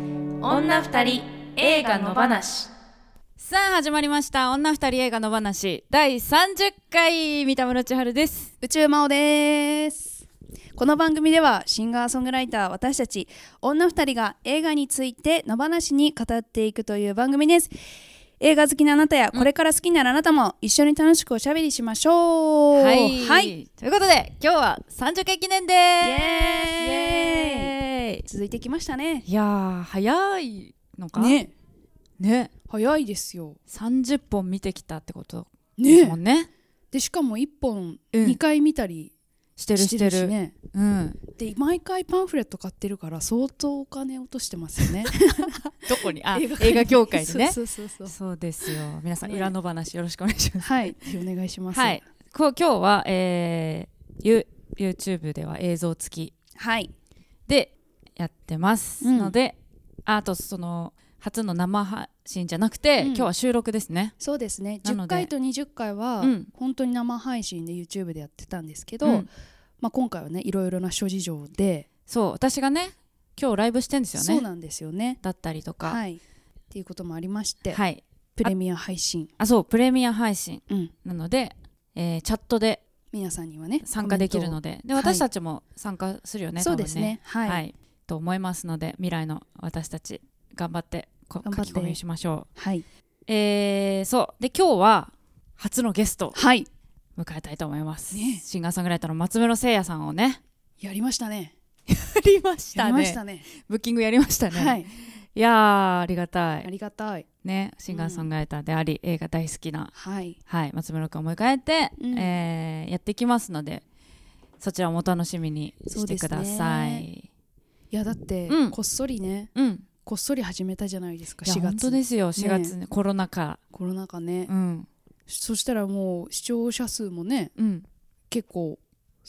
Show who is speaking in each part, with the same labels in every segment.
Speaker 1: 女二人映画の話
Speaker 2: さあ始まりました女二人映画の話第30回三田村千春です
Speaker 3: 宇宙魔王ですこの番組ではシンガーソングライター私たち女二人が映画について野放しに語っていくという番組です映画好きなあなたやこれから好きならあなたも一緒に楽しくおしゃべりしましょうはい、
Speaker 2: ということで今日は30回記念で
Speaker 3: イ
Speaker 2: すイ
Speaker 3: エ
Speaker 2: エーイ
Speaker 3: 続いてきましたね
Speaker 2: いやー早いのか
Speaker 3: ね
Speaker 2: ね
Speaker 3: 早いですよ
Speaker 2: 30本見てきたってことです
Speaker 3: ね
Speaker 2: もんね
Speaker 3: でしかも1本
Speaker 2: うん
Speaker 3: 2回見たり
Speaker 2: してる
Speaker 3: し
Speaker 2: してて
Speaker 3: るし
Speaker 2: る
Speaker 3: ね
Speaker 2: うん
Speaker 3: で毎回パンフレット買ってるから相当お金落としてます よね
Speaker 2: どこにあ
Speaker 3: 映
Speaker 2: 映
Speaker 3: 画
Speaker 2: 画
Speaker 3: 界
Speaker 2: 業界にね
Speaker 3: そうそうそうそう
Speaker 2: そうですよ皆さん
Speaker 3: ね
Speaker 2: 裏の話よろしくお願いします
Speaker 3: はいお願いします
Speaker 2: はい、こう今日は、えー、ユ YouTube では映像付き
Speaker 3: はい
Speaker 2: でやってます
Speaker 3: うん
Speaker 2: ので、ああとその初の生配信じゃなくて、
Speaker 3: うん
Speaker 2: 今日は収録ですね。
Speaker 3: そうですね
Speaker 2: なの
Speaker 3: 10
Speaker 2: で
Speaker 3: 回と20回は
Speaker 2: うん
Speaker 3: 本当に生配信で YouTube でやってたんですけど、
Speaker 2: うん
Speaker 3: まあ、今回はねいろいろな諸事情で
Speaker 2: そう私がね今日ライブしてんですよ
Speaker 3: そう
Speaker 2: ね。
Speaker 3: なんですよね。
Speaker 2: だったりとか、
Speaker 3: はい、っていうこともありまして、
Speaker 2: はい
Speaker 3: プレミア配信、
Speaker 2: あそうプレミア配信
Speaker 3: うん、
Speaker 2: なので、えーチャットで
Speaker 3: 皆さんにはね
Speaker 2: 参加できるの
Speaker 3: で、
Speaker 2: でで
Speaker 3: はい
Speaker 2: 私たちも参加するよね、
Speaker 3: そう
Speaker 2: 多分
Speaker 3: ですねはい、
Speaker 2: は
Speaker 3: はい
Speaker 2: い、と思いますので未来の私たち頑張ってこ
Speaker 3: 頑張っ
Speaker 2: 書
Speaker 3: て
Speaker 2: き込みをしましょう。えー、そうで今日は初のゲストを
Speaker 3: はい
Speaker 2: 迎えたいと思います、
Speaker 3: ね
Speaker 2: シンガーソングライターの松室聖也さんをね
Speaker 3: やりましたね
Speaker 2: やりまし
Speaker 3: やりましたね
Speaker 2: ブッキングやりましたね、、
Speaker 3: はいい
Speaker 2: やーありがた
Speaker 3: あ
Speaker 2: い
Speaker 3: りがたい
Speaker 2: ねシンガーソングライターであり、映画大好きな、
Speaker 3: はい
Speaker 2: はい、松室君を迎えて、
Speaker 3: うん
Speaker 2: えーやっていきますのでそちらもお楽しみにしてくださ
Speaker 3: そうです
Speaker 2: い
Speaker 3: いやだって、
Speaker 2: うん
Speaker 3: こっそりね
Speaker 2: うん
Speaker 3: こっそり始めたじゃないですか
Speaker 2: いや
Speaker 3: 4
Speaker 2: 本当
Speaker 3: 月
Speaker 2: ですよ4月ね、コロナ禍
Speaker 3: コロナ禍ね、
Speaker 2: うん
Speaker 3: そしたらもう視聴者数もね
Speaker 2: うん
Speaker 3: 結構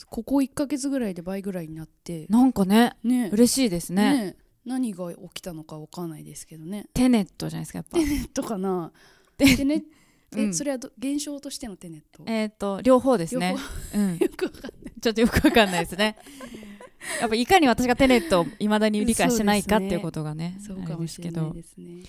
Speaker 3: ここ1ヶ月ぐらいで倍ぐらいになって
Speaker 2: なんかね
Speaker 3: ね
Speaker 2: 嬉しいですね
Speaker 3: ね何が起きたのかわかんないですけどね
Speaker 2: テネットじゃないですかやっ ぱ
Speaker 3: とかな
Speaker 2: で
Speaker 3: テネッえ、
Speaker 2: うん
Speaker 3: それはど現象としてのテネット、
Speaker 2: えっ、と両方ですね
Speaker 3: 両、
Speaker 2: うん、
Speaker 3: よくわかん
Speaker 2: ち ょっとよくわかんないです ね。やっぱいかに私がテネットをいまだに理解してないかっ
Speaker 3: そうですね
Speaker 2: ていうことがね、
Speaker 3: そう
Speaker 2: あれ
Speaker 3: かも
Speaker 2: です
Speaker 3: し
Speaker 2: け
Speaker 3: れない
Speaker 2: ど、
Speaker 3: ですね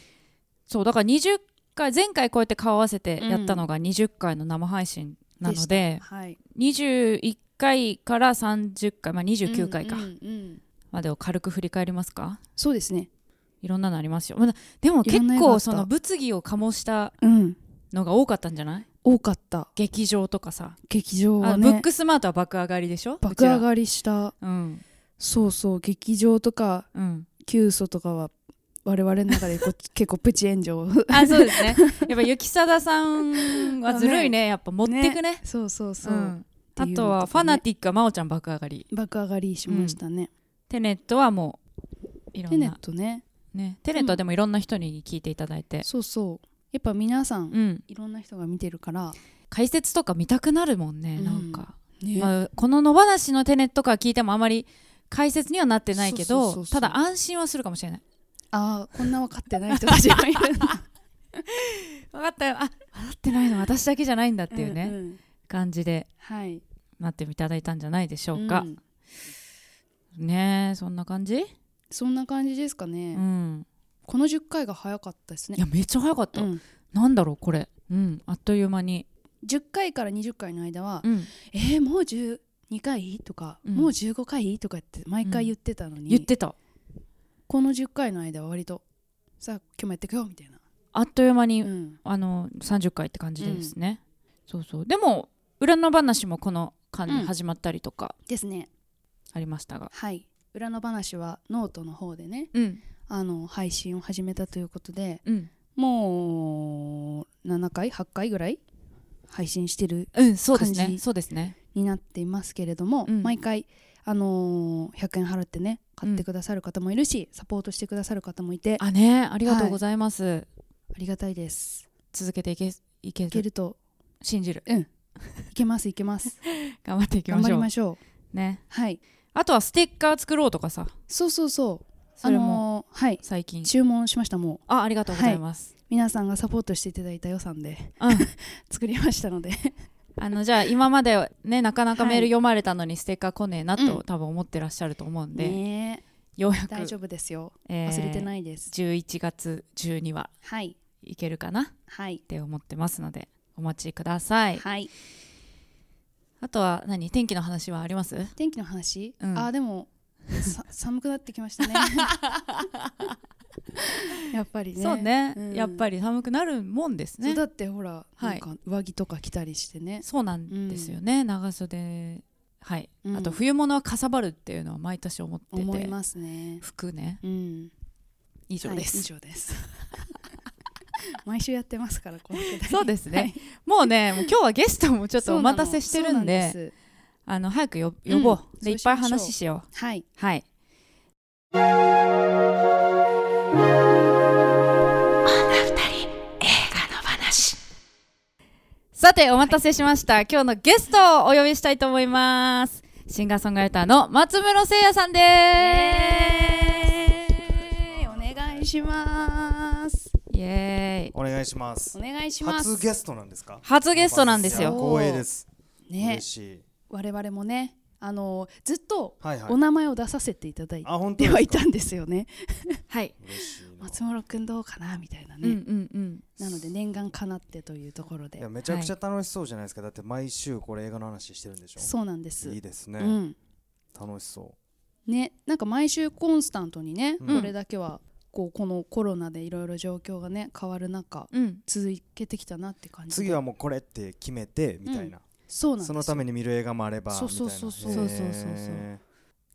Speaker 2: そうだから20回前回こうやって顔合わせてやったのが20回の生配信なので、
Speaker 3: はい
Speaker 2: 21回から30回、まあ29回か
Speaker 3: うんうんうん
Speaker 2: までを軽く振り返りますか。
Speaker 3: そうですね
Speaker 2: いろんなのありますよ。まあでも結
Speaker 3: いろんな映画あっ
Speaker 2: 構
Speaker 3: た
Speaker 2: その物議を醸した
Speaker 3: うん
Speaker 2: のが多かったんじゃない？
Speaker 3: 多かった
Speaker 2: 劇場とかさ、
Speaker 3: 劇場
Speaker 2: あ
Speaker 3: は
Speaker 2: のブッ
Speaker 3: ね
Speaker 2: クスマートは爆上がりでしょ？
Speaker 3: 爆上
Speaker 2: り。
Speaker 3: がりした
Speaker 2: うん
Speaker 3: そうそう劇場とか
Speaker 2: うん。
Speaker 3: 急須とかは我々の中 でこ結構プチ炎上
Speaker 2: あそうですねやっぱ雪貞さんはずるいねやっぱ持ってくね
Speaker 3: そうそうそうう、
Speaker 2: ん、あ
Speaker 3: ていうのとかね
Speaker 2: とはファナティックは真央ちゃん爆上がり
Speaker 3: 爆上がりしましたね、
Speaker 2: テネットはもういろ
Speaker 3: テ
Speaker 2: ん
Speaker 3: ネッ
Speaker 2: な
Speaker 3: トね
Speaker 2: ねテネットはでもいろんな人に聞いていただいて
Speaker 3: そうそうやっぱ皆さん、
Speaker 2: うん、
Speaker 3: いろんな人が見てるから、
Speaker 2: 解説とか見たくなるもんね、
Speaker 3: うん
Speaker 2: なんか、
Speaker 3: ね
Speaker 2: まあ、この野放しのテネットから聞いてもあまり解説にはなってないけど
Speaker 3: そうそうそうそう
Speaker 2: ただ安心はするかもしれない
Speaker 3: ああこんな分かってない人たちがいるんだ
Speaker 2: 分かったよあ分かってないの私だけじゃないんだ っていうね、
Speaker 3: んん
Speaker 2: 感じで
Speaker 3: はい
Speaker 2: なっていただいたんじゃないでしょう
Speaker 3: う
Speaker 2: か、
Speaker 3: ん
Speaker 2: ねえそんな感じ、
Speaker 3: そんな感じですかね、
Speaker 2: うん
Speaker 3: この10回が早かったです
Speaker 2: い
Speaker 3: ね、
Speaker 2: やめっちゃ早かった、
Speaker 3: うん、
Speaker 2: なんだろうこれうんあっという間に
Speaker 3: 10回から20回の間は、
Speaker 2: うん
Speaker 3: えー、もう12回とか、
Speaker 2: うん
Speaker 3: もう15回とかって毎回言ってたのに、
Speaker 2: 言ってた
Speaker 3: この10回の間は割とさあ今日もやっていくよみたいな、
Speaker 2: あっという間に、
Speaker 3: うん、
Speaker 2: あの30回って感じですね、そうそうでも裏の話もこの間
Speaker 3: う
Speaker 2: に
Speaker 3: ん
Speaker 2: 始まったりとか
Speaker 3: ですね
Speaker 2: ありましたが
Speaker 3: はい裏の話はノートの方でね
Speaker 2: うん
Speaker 3: あの配信を始めたということで
Speaker 2: うん
Speaker 3: もう7回8回ぐらい配信してる
Speaker 2: うんそうです
Speaker 3: 感
Speaker 2: ね
Speaker 3: じ
Speaker 2: そうですね
Speaker 3: になっていますけれども、
Speaker 2: うん
Speaker 3: 毎回、あのー100円払ってね買ってくださる方もいるし、サポートしてくださる方もいてあ
Speaker 2: あねありがとうございます、
Speaker 3: りがたいです
Speaker 2: 続けていけいけ
Speaker 3: いけ
Speaker 2: る
Speaker 3: ると
Speaker 2: 信じる
Speaker 3: いけますいけます
Speaker 2: 頑張っていきま
Speaker 3: 頑
Speaker 2: し
Speaker 3: 張り
Speaker 2: ょう
Speaker 3: ましょう
Speaker 2: ね
Speaker 3: はい
Speaker 2: あとはステッカー作ろうとかさ
Speaker 3: そうそうそう
Speaker 2: そ
Speaker 3: あ
Speaker 2: れも
Speaker 3: のーはい
Speaker 2: 最近、
Speaker 3: 注文しましたもう
Speaker 2: あありがとうございます、
Speaker 3: 皆さんがサポートしていただいた予算で
Speaker 2: うん
Speaker 3: 作りましたので
Speaker 2: あのじゃあ今までねなかなかメール
Speaker 3: はい
Speaker 2: 読まれたのにステッカー来ねえなと、
Speaker 3: うん
Speaker 2: 多分思ってらっしゃると思うんで、
Speaker 3: ね
Speaker 2: ようやく、
Speaker 3: 大丈夫ですよ、
Speaker 2: えー
Speaker 3: 忘れてないです
Speaker 2: 11月中には
Speaker 3: はい
Speaker 2: いけるかなっ
Speaker 3: はい
Speaker 2: て思ってますのでお待ちください
Speaker 3: はい
Speaker 2: あとは何天気の話はあります
Speaker 3: 天気の話、
Speaker 2: うん
Speaker 3: あーでも さ寒くなってきましたねやっぱりね
Speaker 2: そうね、
Speaker 3: うん
Speaker 2: やっぱり寒くなるもんです
Speaker 3: そう
Speaker 2: ね
Speaker 3: だってほら、
Speaker 2: はい
Speaker 3: なんか上着とか着たりしてね
Speaker 2: そうなんですよね、長袖はい、
Speaker 3: うん
Speaker 2: あと冬物はかさばるっていうのは毎年思って
Speaker 3: 思い
Speaker 2: て
Speaker 3: ますね
Speaker 2: 服ね
Speaker 3: うん
Speaker 2: 以上で
Speaker 3: はい以
Speaker 2: す、
Speaker 3: 上です 毎週やってますからこのくだり
Speaker 2: そうですね、
Speaker 3: はい
Speaker 2: もうねもう今日はゲストもちょっとお待たせしてるんで
Speaker 3: そうなのそうなんです
Speaker 2: あの早くよ呼ぼう、
Speaker 3: うん
Speaker 2: でい
Speaker 3: そう
Speaker 2: っ
Speaker 3: し
Speaker 2: ぱい
Speaker 3: ましょう
Speaker 2: 話しよ
Speaker 3: はい、
Speaker 2: うはいさてお待たせしました、今日のゲストをお呼びしたいと思いますシンガーソングライターの松室聖也さんで
Speaker 3: えーお願いします
Speaker 2: すイエーイ
Speaker 4: お願いします
Speaker 3: お。願いします
Speaker 4: 初ゲストなんですか。
Speaker 2: 初ゲストなんです
Speaker 4: いや
Speaker 2: よ
Speaker 4: 光栄です。
Speaker 3: ね
Speaker 4: 嬉しい。
Speaker 3: 我々もねあのずっと
Speaker 4: はいはい
Speaker 3: お。名前を出させていただい
Speaker 4: あ本当
Speaker 3: て
Speaker 4: です
Speaker 3: は
Speaker 4: か
Speaker 3: いたんですよね、
Speaker 2: はい
Speaker 4: 嬉しいな。
Speaker 3: 松村君どうかなみたいな
Speaker 2: う
Speaker 3: ね、
Speaker 2: んうんうん
Speaker 3: なので念願かなってというところ
Speaker 4: い
Speaker 3: で
Speaker 4: やめちゃくちゃ楽しそうじゃないですか。だって毎週これ映画の話してるんでしょ。
Speaker 3: そうなんです
Speaker 4: いいです
Speaker 3: う
Speaker 4: ね。
Speaker 3: ん
Speaker 4: 楽しそ
Speaker 3: ねなんか毎週コンスタントにね、
Speaker 4: うん
Speaker 3: これだけはこうこのコロナでいろいろ状況がね変わる中
Speaker 2: うん
Speaker 3: 続けてきたなって感
Speaker 4: う。
Speaker 3: じ
Speaker 4: 次はもうこれって決めてみたいな。
Speaker 3: そうなんです
Speaker 4: そ
Speaker 3: よ
Speaker 4: のために見る映画もあればみた
Speaker 3: そ
Speaker 4: いうな。
Speaker 3: そうそうそう
Speaker 4: へー
Speaker 2: そうそうそうそう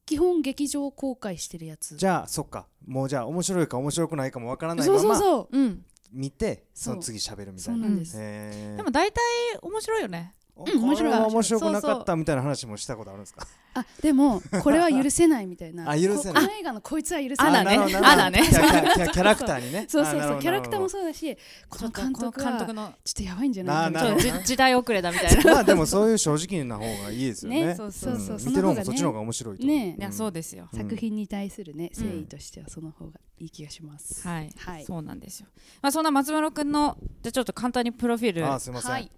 Speaker 3: 基本劇場公開してるやつ
Speaker 4: じゃあそっか。もうじゃあ面白いか面白くないかもわからない
Speaker 3: そう
Speaker 4: ま
Speaker 3: そう
Speaker 4: ま
Speaker 3: そう
Speaker 2: うん
Speaker 4: 見て
Speaker 3: そ
Speaker 4: そうの次喋るみた
Speaker 3: そう
Speaker 4: い
Speaker 3: な
Speaker 4: な。
Speaker 3: んです、
Speaker 4: へー
Speaker 2: でも大体面白いよね
Speaker 4: お
Speaker 3: うん面白い
Speaker 4: これは面白くな
Speaker 2: そう
Speaker 4: か
Speaker 2: そ
Speaker 4: っ
Speaker 2: う
Speaker 4: たみたいな話もしたことあるんですか。
Speaker 3: あでもこれは許せないみたいな
Speaker 4: あ許せな
Speaker 3: ここ
Speaker 4: い
Speaker 3: の映画のこいつは許せ
Speaker 2: あ
Speaker 3: な
Speaker 2: だ
Speaker 3: い
Speaker 2: ね
Speaker 4: なるほどなるほど
Speaker 2: あだね
Speaker 4: キャキャキャキャラクターにね。
Speaker 3: そう
Speaker 4: あ
Speaker 3: そう
Speaker 4: なる
Speaker 3: そ
Speaker 4: ほ
Speaker 3: う
Speaker 4: ど
Speaker 3: キャラクターも
Speaker 4: な
Speaker 3: そうだしこの監督
Speaker 2: この監
Speaker 3: は
Speaker 2: 督の
Speaker 3: ちょっとやばいんじゃない
Speaker 4: な
Speaker 3: か
Speaker 4: あ
Speaker 2: ちょっ
Speaker 4: なる
Speaker 2: と
Speaker 4: ほど
Speaker 2: じ時代遅れだみたいな
Speaker 4: るほどまあでもそういう正直な方がいいですよね。
Speaker 2: ねそうそうそう
Speaker 4: うん
Speaker 3: その
Speaker 4: 見てる
Speaker 3: 方がね
Speaker 4: 方もそっちの方が面白いと思う。
Speaker 3: ね
Speaker 2: いやそうですよ
Speaker 4: うん
Speaker 3: 作品に対するね
Speaker 2: うん
Speaker 3: 誠意としてはその方がいい気がします、
Speaker 2: はい、
Speaker 3: はい
Speaker 2: そうなんですよ、まあ、そんな松丸くんのじゃあちょっと簡単にプロフィール
Speaker 4: あ
Speaker 2: あ
Speaker 4: すみません。
Speaker 3: はい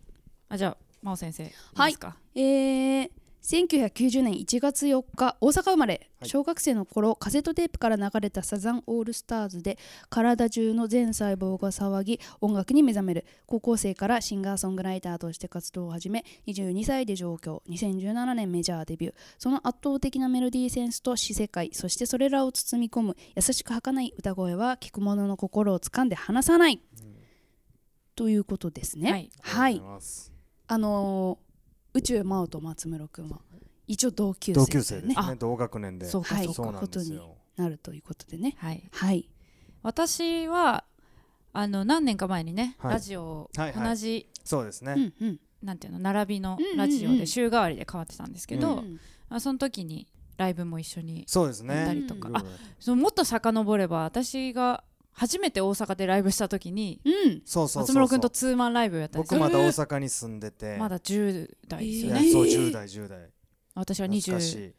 Speaker 2: じゃあ真央先生いい
Speaker 3: はい
Speaker 2: ですか
Speaker 3: えー1990年1月4日大阪生まれ、
Speaker 4: はい
Speaker 3: 小学生の頃カセットテープから流れたサザンオールスターズで体中の全細胞が騒ぎ音楽に目覚める高校生からシンガーソングライターとして活動を始め22歳で上京2017年メジャーデビューその圧倒的なメロディーセンスと詩世界そしてそれらを包み込む優しく儚い歌声は聴く者の心を掴んで離さない、ということですね
Speaker 2: はい
Speaker 4: あ
Speaker 3: は
Speaker 4: り
Speaker 3: い
Speaker 4: がとうございます。
Speaker 3: あのー宇宙真央と松室君は一応同級生,、
Speaker 4: 同級生です
Speaker 2: あ
Speaker 4: ね。同学年で。
Speaker 2: そうか
Speaker 3: はい
Speaker 2: そうか
Speaker 4: そうなんです
Speaker 3: こ
Speaker 4: よ。
Speaker 3: なるということでね
Speaker 2: はい
Speaker 3: はい
Speaker 2: 私はあの何年か前にね、
Speaker 4: はい
Speaker 2: ラジオを
Speaker 4: はいはい
Speaker 2: 同じ
Speaker 4: そうです
Speaker 3: う
Speaker 4: ね。
Speaker 3: んうん
Speaker 2: なんていうの並びの
Speaker 3: うんうんうん
Speaker 2: ラジオで週替わりで変わってたんですけど、
Speaker 4: う
Speaker 2: まあ、その時にライブも一緒に
Speaker 4: そうです
Speaker 2: 行った
Speaker 4: ね。
Speaker 2: りとか、
Speaker 4: うん
Speaker 2: あそのもっと遡れば私が初めて大阪でライブした時に
Speaker 3: うん
Speaker 4: そうそうそうそ
Speaker 2: 松
Speaker 4: う。
Speaker 2: 室くんとツーマンライブをやったんです
Speaker 4: 僕
Speaker 2: よ
Speaker 4: まだ大阪に住んでて。
Speaker 2: まだ10代です
Speaker 4: い
Speaker 2: よ
Speaker 4: や
Speaker 2: ね、
Speaker 3: えー
Speaker 4: そう10代10代。
Speaker 2: 私は
Speaker 4: 懐か
Speaker 2: 20
Speaker 4: し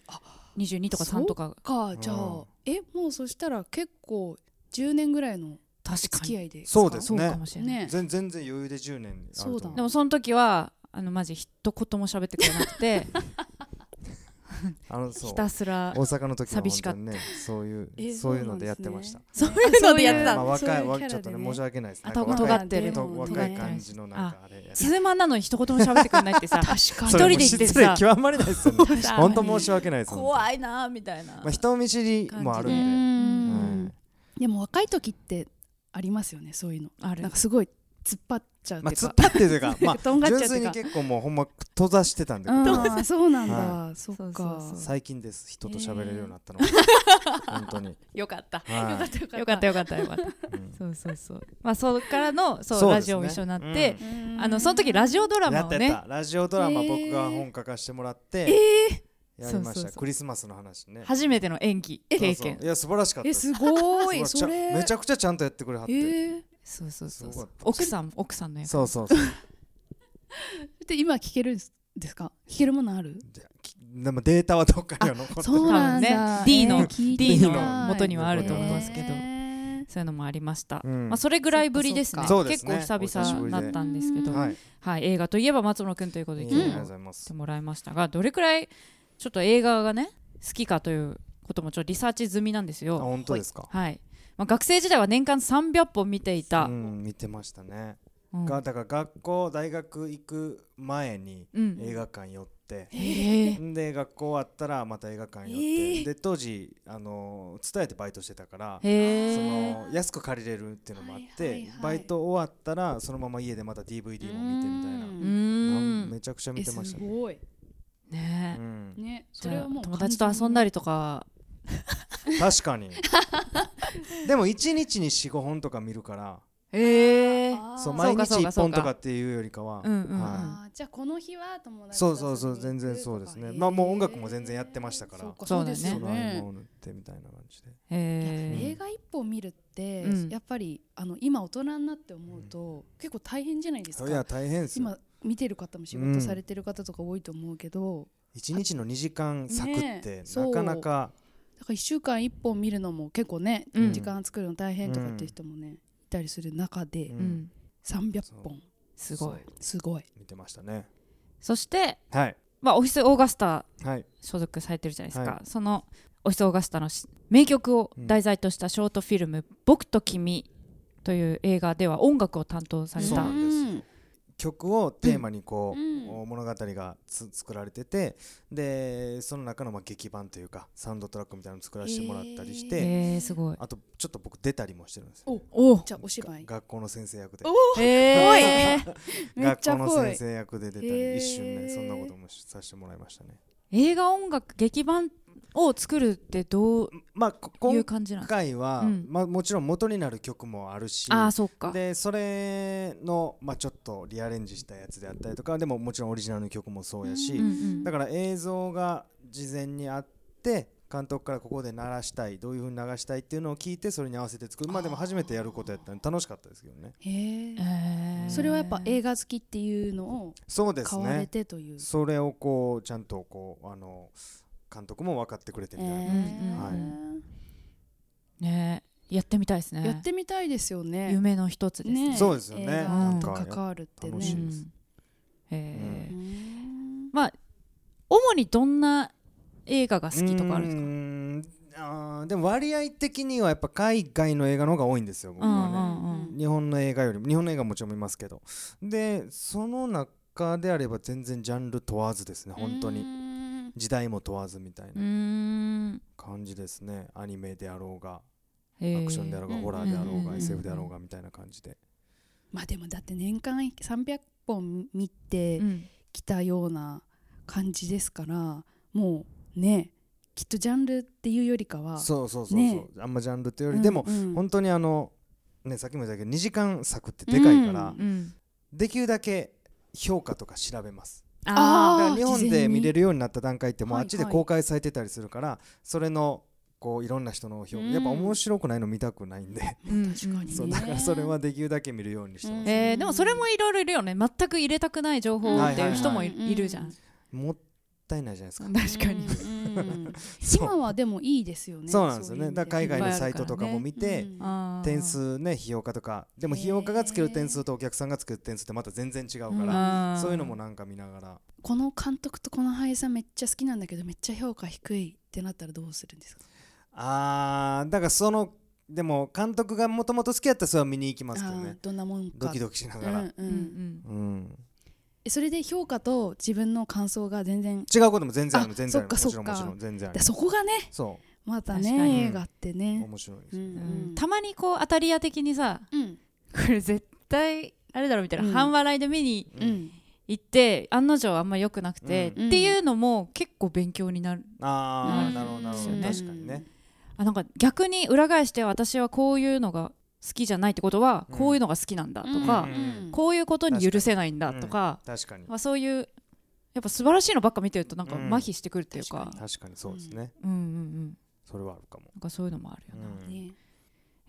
Speaker 4: い。
Speaker 2: 22とか3とか
Speaker 3: かじゃあ、
Speaker 4: うん
Speaker 3: えもうそしたら結構10年ぐらいの
Speaker 2: 確か
Speaker 3: 付き
Speaker 2: に
Speaker 3: 合いで
Speaker 4: そうです
Speaker 2: そう
Speaker 4: ね
Speaker 2: かもしれない、
Speaker 3: ね
Speaker 4: 全全然余裕で10年あると思
Speaker 3: そうだ
Speaker 2: でもその時はあのマジ一言も喋ってくれなくて
Speaker 4: あの そう
Speaker 2: ひたすら
Speaker 4: 大阪の時は
Speaker 2: 寂しかっ
Speaker 4: 本
Speaker 2: た
Speaker 4: 当にねそういう
Speaker 3: え
Speaker 4: そういうのでやってました。
Speaker 2: そういうのでやって
Speaker 4: ま
Speaker 2: た
Speaker 4: あ
Speaker 2: の
Speaker 3: そう
Speaker 4: 若
Speaker 3: いう
Speaker 4: い
Speaker 3: キャラでね
Speaker 4: わちょっとね申し訳ないです。なんか
Speaker 2: 頭
Speaker 4: 若い
Speaker 2: 尖ってる
Speaker 4: と
Speaker 3: もう
Speaker 4: 若
Speaker 3: 尖って
Speaker 4: い
Speaker 3: る
Speaker 4: 感じのなんかあれ。
Speaker 2: スズマンなのに一言も喋ってくれないってさ
Speaker 3: 確か
Speaker 2: 一
Speaker 4: それ
Speaker 2: 人で
Speaker 4: もう
Speaker 2: 行って
Speaker 4: 失礼
Speaker 2: さ
Speaker 4: 極まりないですよね
Speaker 3: に
Speaker 4: 本当申し訳ないです本
Speaker 2: 怖いなあみたいな、
Speaker 4: 当まあ、人見知りもある
Speaker 3: うん
Speaker 4: で、
Speaker 3: ん
Speaker 4: はい
Speaker 3: でも若い時ってありますよねそういうの
Speaker 2: ある
Speaker 3: なんかすごい突っ張っちゃう
Speaker 4: まあ、
Speaker 3: て
Speaker 4: 突
Speaker 3: か
Speaker 4: っ、張ってというかま
Speaker 3: とんがっ
Speaker 4: あ
Speaker 3: ちゃう
Speaker 4: 純粋に結構もうほんま閉ざしてたんで、
Speaker 3: あーそうなんだ、そっ
Speaker 2: そ
Speaker 3: か
Speaker 2: うそうそう
Speaker 4: 最近です人と喋れるようになったのは、本当に、
Speaker 2: よかった
Speaker 4: は
Speaker 3: よかった
Speaker 2: よかったよかったよかった
Speaker 4: いうん
Speaker 2: そうそうそうまあそっからのそう
Speaker 4: そう
Speaker 2: ラ
Speaker 4: ですね
Speaker 2: ジオも一緒になって、
Speaker 3: うん
Speaker 2: あのその時ラジオドラ
Speaker 4: や
Speaker 2: マ
Speaker 4: っ
Speaker 2: を
Speaker 4: た
Speaker 2: ね
Speaker 4: やったラジオドラマ
Speaker 3: えー
Speaker 4: 僕が本書かしてもらって、やり
Speaker 2: そう
Speaker 4: ました
Speaker 2: そうそう
Speaker 4: クリスマスの話ね
Speaker 2: 初めての演技経
Speaker 4: そう
Speaker 2: 験
Speaker 4: そういや素晴らしかった
Speaker 3: え
Speaker 4: で
Speaker 3: す
Speaker 4: す
Speaker 3: ご い
Speaker 4: 素晴
Speaker 3: そ
Speaker 4: らし
Speaker 3: れ
Speaker 4: かっためちゃくちゃちゃんとやってくれはっ
Speaker 3: え
Speaker 4: て、
Speaker 3: ー
Speaker 2: そうそうそう
Speaker 4: す
Speaker 2: そう
Speaker 4: ごい
Speaker 2: 奥さん奥さんの役
Speaker 4: そうそうそう
Speaker 3: で今聞けるんですか聞けるものある
Speaker 4: できでもデータはどっかには残って
Speaker 3: そうなんだ、
Speaker 2: 多分ね D の
Speaker 3: えー聞いて
Speaker 2: D
Speaker 3: みたい
Speaker 2: の元にはあると思いますけど、
Speaker 3: えー
Speaker 2: そういうのもありました、
Speaker 4: うん
Speaker 2: まあ、それぐらいぶりですね
Speaker 4: そっかそっかそうで
Speaker 2: 結
Speaker 4: す
Speaker 2: 構
Speaker 4: ね
Speaker 2: 久々だったんですけど、
Speaker 3: お久しぶりで
Speaker 2: は
Speaker 4: はいい、
Speaker 2: 映画といえば松野くんということで
Speaker 4: え
Speaker 2: 聞
Speaker 4: ーあり
Speaker 2: い
Speaker 4: がとうご
Speaker 2: て
Speaker 4: ざいます
Speaker 2: もらいましたがどれくらいちょっと映画がね好きかということもちょっとリサーチ済みなんです
Speaker 4: あ
Speaker 2: よ。
Speaker 4: 本当ですか
Speaker 2: はいまあ、学生時代は年間300本見ていた、
Speaker 4: うん見てましたね
Speaker 2: うん
Speaker 4: がだから学校大学行く前に
Speaker 2: うん
Speaker 4: 映画館寄って
Speaker 2: へえ
Speaker 4: んで学校終わったらまた映画館寄ってで当時あの伝えてバイトしてたから
Speaker 2: へ
Speaker 4: そ
Speaker 2: え
Speaker 4: の安く借りれるっていうのもあっ
Speaker 3: はいはい
Speaker 4: て
Speaker 3: はい
Speaker 4: バイト終わったらそのまま家でまた DVD も見てみたいな
Speaker 2: う
Speaker 3: う
Speaker 2: ー
Speaker 4: なん
Speaker 2: ん
Speaker 4: めちゃくちゃ見
Speaker 3: え
Speaker 4: て
Speaker 3: す
Speaker 4: ましたね
Speaker 3: ごい
Speaker 2: ねえ
Speaker 4: うん
Speaker 3: ねそ
Speaker 2: じゃ
Speaker 3: れはも
Speaker 2: あ
Speaker 3: う
Speaker 2: 友達と遊んだりとか
Speaker 4: 確かに でも1日に45本とか見るから
Speaker 2: へえ
Speaker 4: そう
Speaker 2: ま
Speaker 4: 毎日
Speaker 2: そうか
Speaker 4: 1
Speaker 2: そう
Speaker 4: 本
Speaker 2: か
Speaker 4: とかっていうよりかは、
Speaker 2: うんうんうん
Speaker 4: は
Speaker 3: あーじゃあこの日は友
Speaker 4: い、
Speaker 3: 達と
Speaker 4: そうそうそう
Speaker 3: 遊び
Speaker 4: 全
Speaker 3: に行
Speaker 4: 然
Speaker 3: く
Speaker 4: そうです
Speaker 3: と
Speaker 4: ね
Speaker 3: か
Speaker 4: まあもう音楽も全然やってましたから
Speaker 3: そうか
Speaker 2: そ
Speaker 3: そうう
Speaker 2: だよ
Speaker 3: で
Speaker 2: ね
Speaker 3: すよ
Speaker 4: その合
Speaker 3: ね
Speaker 4: 間を縫ってみたいな感じで
Speaker 2: へえ
Speaker 3: 映画一本見るって、
Speaker 2: うん
Speaker 3: やっぱりあの今大人になって思うと、結構大変じゃないです
Speaker 4: いや
Speaker 3: か
Speaker 4: 大変ですよ
Speaker 3: 今見てる方も仕
Speaker 4: う
Speaker 3: 事
Speaker 4: ん
Speaker 3: されてる方とか多いと思うけど、
Speaker 4: 1日の2時間咲くっ
Speaker 3: ね
Speaker 4: て
Speaker 3: えそう
Speaker 4: なかなか
Speaker 3: だから1週間1本見るのも結構ね、
Speaker 2: うん
Speaker 3: 時間作るの大変とかっていう人もね、いたりする中で
Speaker 4: うん
Speaker 2: うん
Speaker 3: 300
Speaker 4: そう
Speaker 3: 本
Speaker 2: すごい
Speaker 4: そう
Speaker 3: すごい
Speaker 4: 見てましたね
Speaker 2: そして、
Speaker 4: はい
Speaker 2: まあ、オフィスオーガスタ
Speaker 4: はい
Speaker 2: 所属されてるじゃないですか、
Speaker 4: は
Speaker 2: そのオフィスオーガスタのし名曲を題材としたショートフィルム「僕と君」という映画では音楽を担当され
Speaker 4: そう
Speaker 2: た
Speaker 4: なんですよ曲をテーマにこう、
Speaker 3: うん
Speaker 4: 物語がつ作られててでその中のまあ劇版というかサウンドトラックみたいなの作らせてもらったりして、
Speaker 3: へ
Speaker 2: えー、すごい
Speaker 4: あとちょっと僕出たりもしてるんですよ
Speaker 2: お
Speaker 3: じゃあお芝居
Speaker 4: が学校の先生役で
Speaker 2: えー、
Speaker 3: めっ
Speaker 4: 学
Speaker 3: ちゃ
Speaker 4: 校の
Speaker 3: 濃
Speaker 4: 先
Speaker 3: い
Speaker 4: 生役で出た
Speaker 3: へー
Speaker 4: り一瞬ねそんなこともしさせてもらいましたね
Speaker 2: 映画音楽劇版を作るってどう
Speaker 4: まあ
Speaker 2: い
Speaker 4: こ
Speaker 2: う
Speaker 4: 今
Speaker 2: 感じなんですか
Speaker 4: 回は、
Speaker 2: うん
Speaker 4: まあ、もちろん元になる曲もあるし
Speaker 2: ああそっか
Speaker 4: でそれの、まあ、ちょっとリアレンジしたやつであったりとかでももちろんオリジナルの曲もそうやし、
Speaker 2: うんうん
Speaker 4: だから映像が事前にあって監督からここで鳴らしたいどういうふうに流したいっていうのを聞いてそれに合わせて作るまあでも初めてやることやったんで楽しかったですけどね
Speaker 3: へー
Speaker 2: えー
Speaker 3: それはやっぱ映画好きっていうのを
Speaker 4: そうです
Speaker 3: 買われ
Speaker 4: ね
Speaker 3: てという
Speaker 4: それをこうちゃんとこうあの監督も分かってくれてみたいな、
Speaker 2: ーうんねやってみたいですね
Speaker 3: やってみたいですよね
Speaker 2: 夢の一つですね
Speaker 3: ね
Speaker 4: そうですよね
Speaker 3: 映画
Speaker 2: なん
Speaker 3: と
Speaker 4: か
Speaker 3: 関わるって
Speaker 4: 楽しい
Speaker 3: ね
Speaker 4: です
Speaker 2: うんえー
Speaker 3: うん
Speaker 2: 主にどんな映画が好きとかあるんです
Speaker 4: うー
Speaker 2: か
Speaker 4: んあーでも割合的にはやっぱ海外の映画の方が多いんですよ
Speaker 2: う
Speaker 4: 僕は
Speaker 2: ん
Speaker 4: ね、
Speaker 2: うんうん
Speaker 4: 日本の映画よりも日本の映画もちろん見ますけどでその中であれば全然ジャンル問わずですね本当
Speaker 3: う
Speaker 4: に
Speaker 3: ん
Speaker 4: 時代も問わずみたいうな
Speaker 2: ーん
Speaker 4: 感じですねアニメであろうが
Speaker 2: え
Speaker 4: ア
Speaker 2: ー
Speaker 4: クションであろうが
Speaker 3: うん
Speaker 4: ホラーであ
Speaker 2: う
Speaker 4: ろ
Speaker 2: んうん
Speaker 4: う
Speaker 2: うん
Speaker 4: が SF であろうがみたいな感じで
Speaker 3: まあでもだって年間300本見て
Speaker 2: うん
Speaker 3: きたような感じですからもうねきっとジャンルっていうよりかは
Speaker 4: そうそうそう
Speaker 3: ね
Speaker 4: そうあんまジャンルという
Speaker 3: う
Speaker 4: よ
Speaker 3: ん
Speaker 4: りでも
Speaker 3: うん
Speaker 4: 本当にあのねさっきも言ったけど2時間作ってでかいか
Speaker 3: う
Speaker 4: ら
Speaker 2: うん
Speaker 4: できるだけ評価とか調べます
Speaker 3: あ
Speaker 4: だ
Speaker 3: ー
Speaker 4: から日本
Speaker 3: 事前
Speaker 4: で
Speaker 3: に
Speaker 4: 見れるようになった段階ってもう
Speaker 3: は
Speaker 4: あ
Speaker 3: い
Speaker 4: っちで公開されてたりするからそれのこういろんな人の評価
Speaker 3: うん
Speaker 4: やっぱ面白くないの見たくないんで
Speaker 2: うんうん
Speaker 3: 確かにね
Speaker 4: そうだからそれはできるだけ見るようにしてます
Speaker 2: えーでもそれもいろいろいるよね全く入れたくない情報っていう人もい
Speaker 3: はいはいはい
Speaker 2: いるじゃん
Speaker 4: もったいないじゃないですか
Speaker 2: 確かに
Speaker 3: うんうん
Speaker 4: そう
Speaker 3: 今はでもいいですよね
Speaker 4: そうなんです
Speaker 3: そ
Speaker 4: よ
Speaker 3: ういう意
Speaker 4: ね
Speaker 3: 味
Speaker 4: だから海外
Speaker 2: いっぱいあ
Speaker 4: の
Speaker 2: る
Speaker 4: サ
Speaker 2: から
Speaker 4: イトとかも見
Speaker 3: で
Speaker 4: て
Speaker 3: うん
Speaker 2: あー
Speaker 4: 点数ね費用価とかでも費用価がつける点数とお客さんがつける点数ってまた全然違うか
Speaker 2: あ
Speaker 4: ら
Speaker 2: ー
Speaker 4: そういうのもなんか見ながら
Speaker 3: この監督とこの俳優さんめっちゃ好きなんだけどめっちゃ評価低いってなったらどうするんですか
Speaker 4: あーだからそのでも監督がもともと好きやったらそれは見に行きますけど
Speaker 3: あ
Speaker 4: ね
Speaker 3: ーどんなもんか
Speaker 4: ドキドキしなが
Speaker 3: う
Speaker 4: ら
Speaker 3: んう
Speaker 2: うんんうん
Speaker 4: うん
Speaker 3: えそれで評価と自分の感想が全然
Speaker 4: 違うことも全然ある
Speaker 3: あ
Speaker 4: 全然あるも
Speaker 3: そっ
Speaker 4: ち
Speaker 3: か
Speaker 4: ろんもち
Speaker 3: そっ
Speaker 4: ろ
Speaker 3: か
Speaker 4: ん全然あ
Speaker 3: で
Speaker 4: る
Speaker 3: そこがね
Speaker 4: そ
Speaker 3: また
Speaker 2: 確か
Speaker 4: に
Speaker 3: ね映画って
Speaker 4: う
Speaker 3: ね
Speaker 4: 面白いです
Speaker 3: う
Speaker 4: よね
Speaker 2: うん
Speaker 3: ん
Speaker 2: たまにこう当たり屋的にさ
Speaker 3: うん
Speaker 2: これ絶対あれだろみたいな、
Speaker 3: うん
Speaker 2: 半笑いで見に
Speaker 4: う
Speaker 3: うんん
Speaker 2: 行って案の定あんま良くなくて、
Speaker 4: うん
Speaker 2: っていうのも結構勉強になる
Speaker 4: あ
Speaker 2: う
Speaker 4: あ
Speaker 2: ん
Speaker 4: なるほどなるほど
Speaker 2: そうね
Speaker 4: 確かにね
Speaker 2: あなんか逆に裏返して私はこういうのが好きじゃないってことは
Speaker 4: うん
Speaker 2: こういうのが好きなんだとか、
Speaker 4: うん
Speaker 2: こういうことに許せないんだとか,、
Speaker 4: 確かに
Speaker 2: まあ、そういうやっぱ素晴らしいのばっか見てるとなんか
Speaker 4: うん
Speaker 2: 麻痺してくるっていうか,、
Speaker 4: 確かにそうですね
Speaker 2: うん、うんうん
Speaker 4: それはあるかも
Speaker 2: なんかそういうのもあるよ
Speaker 4: う
Speaker 2: ね、
Speaker 4: ん
Speaker 3: ね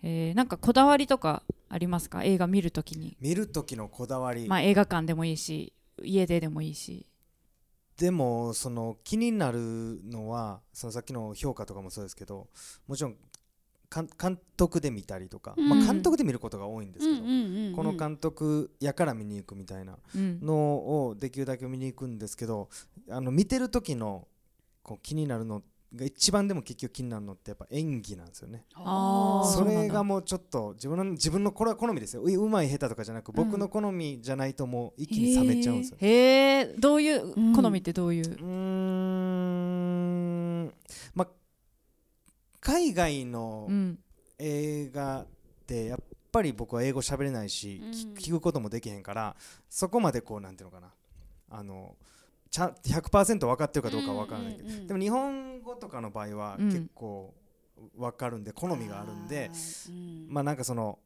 Speaker 2: えーなんかこだわりとかありますか映画見るときに、
Speaker 4: 見る時のこだわり
Speaker 2: まあ、映画館でもいいし家ででもいいし
Speaker 4: でもその気になるのはそのさっきの評価とかもそうですけどもちろんかん監督で見たりとか、
Speaker 3: うん
Speaker 4: まあ、監督で見ることが多いんですけど、この
Speaker 3: 感
Speaker 4: 監督やから見に行くみたいな
Speaker 2: うん
Speaker 4: のをできるだけ見に行くんですけどあの見てる時のこう気になるのが一番でも結局気になるのってやっぱ演技なんですよね
Speaker 2: あー
Speaker 4: そ
Speaker 2: そうなんだ
Speaker 4: れがもうちょっと自分の自分のこれは好みですよううまい下手とかじゃなく僕の好みじゃないともう一気に冷めちゃうんですよね
Speaker 2: へえどういう
Speaker 3: うん
Speaker 2: 好みってどういう、
Speaker 4: うーんまあ海外の
Speaker 2: うん
Speaker 4: 映画ってやっぱり僕は英語喋れないし、
Speaker 3: うん
Speaker 4: 聞聞くこともできへんからそこまでこうなんていうのかなあのちゃん100%分かってるかどうかは分からないけ
Speaker 3: う
Speaker 4: ど、
Speaker 3: んうんうん
Speaker 4: でも日本語とかの場合は
Speaker 2: うん
Speaker 4: 結構分かるんで、好みがあるんで、まあなんかその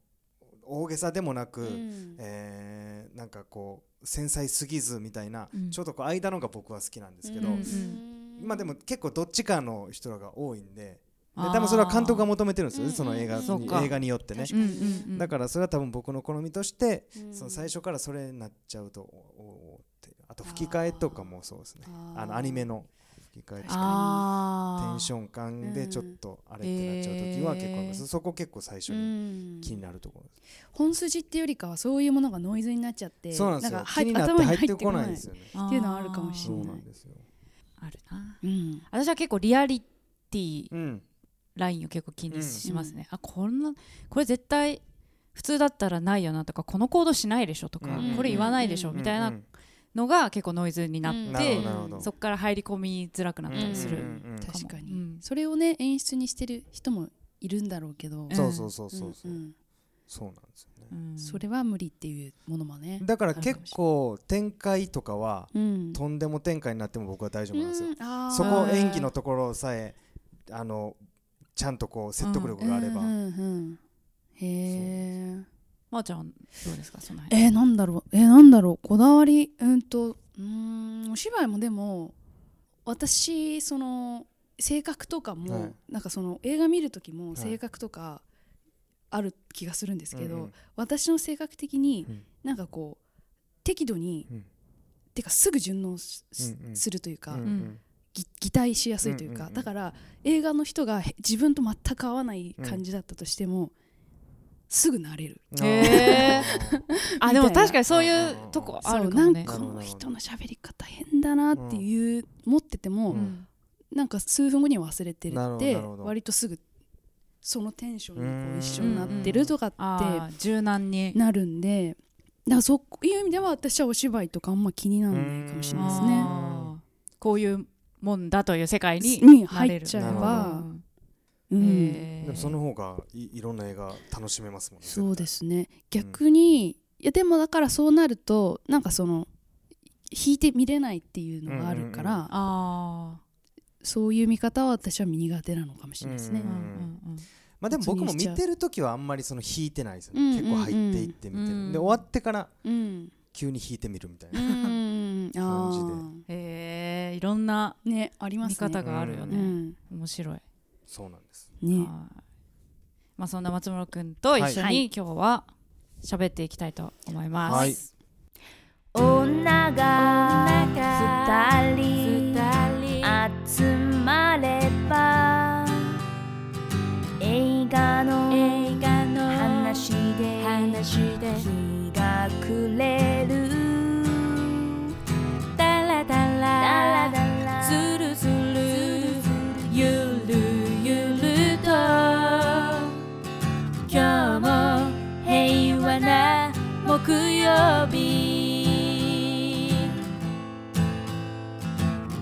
Speaker 4: 大げさでもなく、
Speaker 3: あーうん
Speaker 4: えーなんかこう繊細すぎずみたいな、
Speaker 2: うん
Speaker 4: ちょっとこう間のが僕は好きなんですけど、
Speaker 2: うん
Speaker 4: まあでも結構どっちかの人らが多いんで。で
Speaker 2: あー
Speaker 4: 多分それは監督が求めてるんですよね、
Speaker 3: うん
Speaker 4: その映画
Speaker 2: そう
Speaker 4: に
Speaker 2: か
Speaker 4: 映画によってね
Speaker 3: 確
Speaker 2: うんうんうん
Speaker 4: だからそれは多分僕の好みとして、
Speaker 3: うん
Speaker 4: その最初からそれになっちゃうとおおーってあと吹き替えとかもそうですね
Speaker 3: あー
Speaker 4: あのアニメの吹き替えと
Speaker 3: あ
Speaker 4: か
Speaker 2: あ
Speaker 4: テ
Speaker 2: ー
Speaker 4: ンション感でちょっとあれってなっちゃう時は結構あります、
Speaker 2: うん
Speaker 4: そこ結構最初
Speaker 3: う
Speaker 4: に
Speaker 3: ん
Speaker 4: 気になるところです、
Speaker 3: 本筋っていうよりかはそういうものがノイズになっちゃって
Speaker 4: そうなんですよ
Speaker 3: か
Speaker 4: 気になっ
Speaker 3: 頭
Speaker 4: て
Speaker 3: に
Speaker 4: 入ってこないんですよね
Speaker 3: っていうのはあるかもし
Speaker 4: そ
Speaker 3: れ
Speaker 4: う
Speaker 3: い
Speaker 4: なんですよ、
Speaker 2: あるな
Speaker 3: うん
Speaker 2: 私は結構リアリティ
Speaker 4: うん、
Speaker 2: ラインを結構気
Speaker 4: うん
Speaker 2: にしますね、あこんなこれ絶対普通だったらないよなとかこの行動しないでしょとか、
Speaker 4: うん
Speaker 2: これ言わないでしょ
Speaker 3: う
Speaker 2: みたいな
Speaker 4: うん
Speaker 2: のが結構ノイズになっ
Speaker 3: うん
Speaker 4: なる
Speaker 2: て
Speaker 4: ほど、なるほど
Speaker 2: そこから入り込みづらくなったりする、
Speaker 4: うんうんう
Speaker 2: も
Speaker 4: ん
Speaker 3: 確かに、
Speaker 2: うん
Speaker 3: それをね演出にしてる人もいるんだろうけど、
Speaker 2: ん
Speaker 4: そうそうそうそうそう、
Speaker 3: んん
Speaker 4: そうなんですよね、
Speaker 2: うん
Speaker 3: それは無理っていうものもね
Speaker 4: だから結構展開とかは
Speaker 3: うん
Speaker 4: とんでも展開になっても僕は大丈夫なんですよ
Speaker 3: うんあー
Speaker 4: そこ演技のところさえあのちゃんとこう説得力があれば、
Speaker 3: うんうんうんへー
Speaker 2: まー、ちゃんどうですかその辺
Speaker 3: えー、なんだろうえー、なんだろうこだわりうんとうーんお芝居もでも私その性格とかも、
Speaker 4: はい
Speaker 3: なんかその映画見る時も
Speaker 4: い
Speaker 3: 性格とかある気がするんですけど、
Speaker 4: うんうん
Speaker 3: 私の性格的に
Speaker 4: うん
Speaker 3: なんかこう適度に、
Speaker 4: うん
Speaker 3: てかすぐ順応す,す、
Speaker 4: うんうん
Speaker 3: するというか、
Speaker 4: うん
Speaker 2: うん
Speaker 3: ぎ擬態しやすいというか、
Speaker 4: うんうんうん
Speaker 3: だから映画の人がへ自分と全く合わない感じだったとしても、すぐ慣れる
Speaker 4: あー
Speaker 2: へあでも確かにそう
Speaker 4: うんうん
Speaker 2: いう
Speaker 4: うんうん
Speaker 2: うとこ
Speaker 3: そ
Speaker 2: あ
Speaker 3: う
Speaker 2: るかも
Speaker 3: な
Speaker 2: ね
Speaker 3: んか
Speaker 4: な
Speaker 3: こ
Speaker 4: るほど
Speaker 3: の人の喋り方変だなっていう、持ってても、
Speaker 4: う
Speaker 2: うん
Speaker 3: なんか数分後には忘れてる
Speaker 4: な
Speaker 3: っ
Speaker 4: るほど
Speaker 3: て
Speaker 4: なるほど
Speaker 3: 割とすぐそのテンションにこ
Speaker 4: うん
Speaker 3: う一緒になってるとかっ
Speaker 2: あー柔軟に
Speaker 3: てなるんでだからそういう意味では私はお芝居とかあんま気にならないかもしれないですね。
Speaker 2: あーこういうもんだという世界に
Speaker 3: に
Speaker 2: なれ
Speaker 3: 入っ
Speaker 2: る
Speaker 3: ちゃ
Speaker 4: えば
Speaker 2: うん
Speaker 3: うん
Speaker 4: で
Speaker 2: へ
Speaker 4: も
Speaker 2: ー
Speaker 4: その方がいいろんな映画楽しめますもんね
Speaker 3: そうですすね逆に、いやでもだからそうなるとなんかその引いて見れないっていうのがあるから、
Speaker 4: うんうん
Speaker 2: あ
Speaker 3: そういう見方は私は苦手なのかもしれないですね。
Speaker 2: ー、うんうん
Speaker 4: まあでも僕も見てる時はあんまりその引いてないですよね、
Speaker 3: うん
Speaker 4: 結構入っていって見てる、
Speaker 2: うん
Speaker 4: で終わってから
Speaker 3: うん、
Speaker 4: 急に引いてみるみたいな、
Speaker 3: うん、あ
Speaker 4: 感
Speaker 2: うん、へえいろんな
Speaker 3: ーねあります
Speaker 2: 見
Speaker 3: ね。
Speaker 2: 方があるよ
Speaker 3: う
Speaker 2: ね、
Speaker 3: ん、
Speaker 2: 面白い
Speaker 4: そうなんです
Speaker 3: ね、
Speaker 2: はいまあ、そんな松村君と一緒
Speaker 3: は
Speaker 2: に
Speaker 3: い
Speaker 2: 今日は喋っていきたいと思います。
Speaker 4: はい
Speaker 1: 女が二人集まれば映画の話で日が暮れるダラダラズルズルゆるゆると今日も平和な木曜日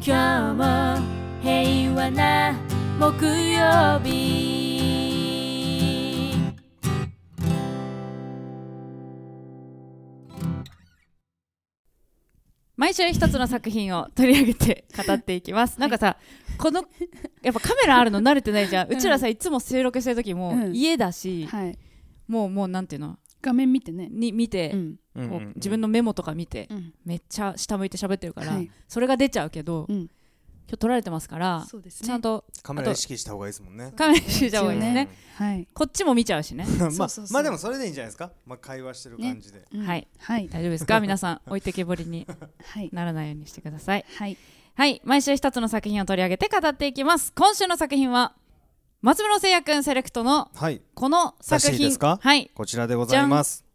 Speaker 1: 今日も平和な木曜日
Speaker 2: 毎週一つの作品を取り上げて語っていきます。なんかさ、このやっぱカメラあるの慣れてないじゃん。うちらさいつも収録してる時も
Speaker 3: うん
Speaker 2: 家だし、
Speaker 3: はい
Speaker 2: もうもうなんていうの
Speaker 3: 画面見てね。
Speaker 2: に見て、
Speaker 3: うん、
Speaker 4: うんうん
Speaker 2: こ
Speaker 4: う
Speaker 2: うん自分のメモとか見て、
Speaker 3: うん、
Speaker 2: めっちゃ下向いて喋ってるから、
Speaker 3: はい
Speaker 2: それが出ちゃうけど、
Speaker 3: うん
Speaker 2: 今日撮られてますから、
Speaker 3: そうですね。
Speaker 2: ちゃんと
Speaker 4: カメラ意識した方がいいですもん ね
Speaker 2: カメラしちゃうがいいですね。
Speaker 3: はい、
Speaker 2: こっちも見ちゃうしね。
Speaker 4: まあ
Speaker 3: そうそうそう
Speaker 4: まあでもそれでいいんじゃないですか、まあ、会話してる感じで、
Speaker 3: うん
Speaker 2: はい、
Speaker 3: はい、
Speaker 2: 大丈夫です か皆さん置いてけぼりに
Speaker 3: はい、
Speaker 2: ならないようにしてください。
Speaker 3: はい、
Speaker 2: はい、毎週一つの作品を取り上げて語っていきます。今週の作品は松村聖也くんセレクトの
Speaker 4: はい
Speaker 2: この作
Speaker 4: 差し入れ
Speaker 2: 品
Speaker 4: ですか
Speaker 2: はい、
Speaker 4: こちらでございます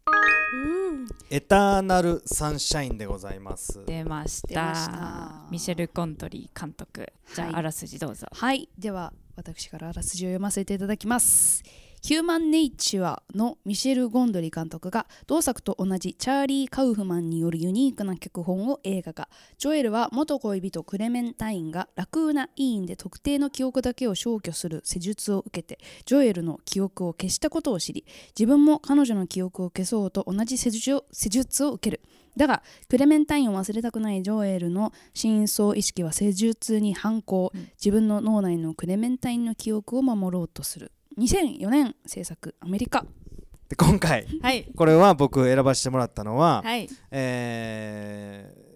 Speaker 4: エターナルサンシャインでございます。
Speaker 2: 出ました
Speaker 3: 出ました
Speaker 2: ミシェル・コントリー監督じゃあ、
Speaker 3: はい
Speaker 2: あらすじどうぞ
Speaker 3: はいでは私からあらすじを読ませていただきますヒューマンネイチュアのミシェル・ゴンドリ監督が同作と同じチャーリー・カウフマンによるユニークな脚本を映画化ジョエルは元恋人クレメンタインがラクーナ医院で特定の記憶だけを消去する施術を受けてジョエルの記憶を消したことを知り自分も彼女の記憶を消そうと同じ施術を施術を受けるだがクレメンタインを忘れたくないジョエルの真相意識は施術に反抗、自分の脳内のクレメンタインの記憶を守ろうとする2004年制作アメリカ
Speaker 4: で今回
Speaker 2: はい
Speaker 4: これは僕選ばせてもらったのは、
Speaker 2: はい
Speaker 4: えー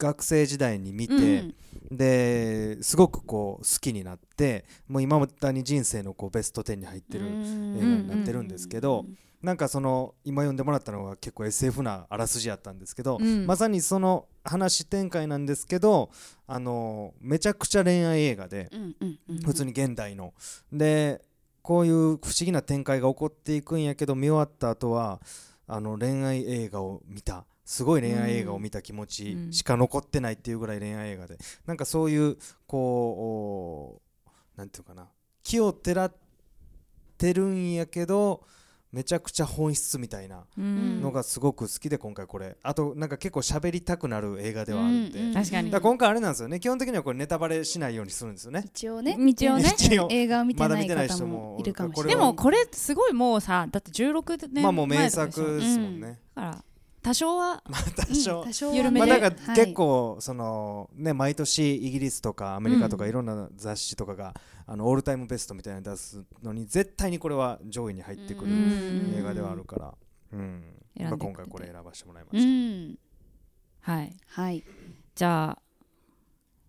Speaker 4: 学生時代に見て、
Speaker 3: うん
Speaker 4: ですごくこう好きになってもう今までに人生のこうベスト10に入ってる映画になってるんですけど、なんかその今読んでもらったのが結構 SF なあらすじやったんですけど、
Speaker 2: うん
Speaker 4: まさにその話展開なんですけどあのめちゃくちゃ恋愛映画で
Speaker 3: うんうんうん
Speaker 4: 普通に現代の。でこういう不思議な展開が起こっていくんやけど見終わった後はあの恋愛映画を見たすごい恋愛映画を見た気持ち
Speaker 2: うん
Speaker 4: しか残ってないっていうぐらい恋愛映画でなんかそういうこうおなんていうかな木をてらってるんやけどめちゃくちゃ本質みたいな
Speaker 2: うん
Speaker 4: のがすごく好きで今回これあとなんか結構喋りたくなる映画ではあるんで、
Speaker 3: うんうん
Speaker 4: だか
Speaker 2: 確かに
Speaker 4: ら今回あれなんですよね基本的にはこれネタバレしないようにするんですよね
Speaker 3: 一応ね
Speaker 2: 一応ね
Speaker 4: 一応
Speaker 3: 映画を見て
Speaker 4: まだ
Speaker 3: な
Speaker 4: 見
Speaker 3: い
Speaker 4: てない
Speaker 3: 方
Speaker 4: 人
Speaker 3: も
Speaker 4: も
Speaker 3: いるかもしれ
Speaker 4: こ
Speaker 3: な
Speaker 2: で
Speaker 3: い
Speaker 4: れは
Speaker 2: もこれすごいもうさだって16年前
Speaker 4: まあもう名
Speaker 2: とかでしょ
Speaker 4: 作ですもんね、
Speaker 2: だから多少は
Speaker 4: まあ多少、
Speaker 3: 多少
Speaker 2: 緩め
Speaker 4: まあ
Speaker 2: で
Speaker 4: だから結構そのね毎年イギリスとかアメリカとかいろんな雑誌とかがあのオールタイムベストみたいなの出すのに絶対にこれは上位に入ってく
Speaker 2: う
Speaker 4: る
Speaker 2: ん
Speaker 4: 映画ではあるからうん
Speaker 2: 選んで
Speaker 4: まあ
Speaker 2: くれて
Speaker 4: 今回これ選ばせてもらいま
Speaker 3: う
Speaker 4: し
Speaker 3: ん
Speaker 2: はい
Speaker 3: はい
Speaker 2: じゃあ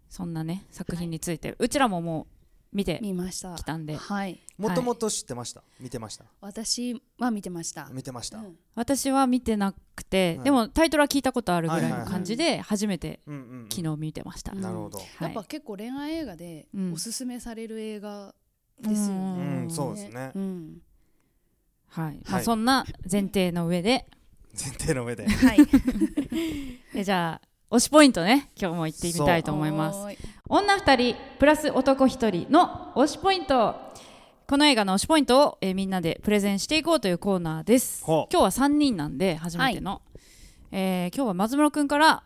Speaker 2: そんなね作品について、うちらももう見て
Speaker 3: 見ました
Speaker 2: きたんで
Speaker 3: はい
Speaker 4: たもともと知ってました見てました
Speaker 3: 私は見てました
Speaker 4: 見てました
Speaker 3: う
Speaker 4: うんん
Speaker 2: 私は見てなくて、
Speaker 4: はい
Speaker 2: でもタイトルは聞いたことあるぐらいの感じで、初めて
Speaker 4: うんうん
Speaker 2: 昨日見てました、
Speaker 3: うん
Speaker 4: なるほど
Speaker 2: は
Speaker 3: や
Speaker 2: い
Speaker 3: っぱ結構恋愛映画で
Speaker 2: うん
Speaker 3: おすすめされる映画ですよ
Speaker 2: う
Speaker 4: う
Speaker 3: ね
Speaker 2: ん
Speaker 4: んそうですね
Speaker 3: うん
Speaker 2: はいまあ、
Speaker 4: はい
Speaker 2: そんな前提の上で
Speaker 4: 前提の上で
Speaker 3: はい
Speaker 2: でじゃあ推しポイントね今日も行ってみたいと思います女2人プラス男1人の推しポイントこの映画の推しポイントを、えーみんなでプレゼンしていこうというコーナーです今
Speaker 4: ほう
Speaker 2: 日は3人なんで初めての、えー今日は松村くんから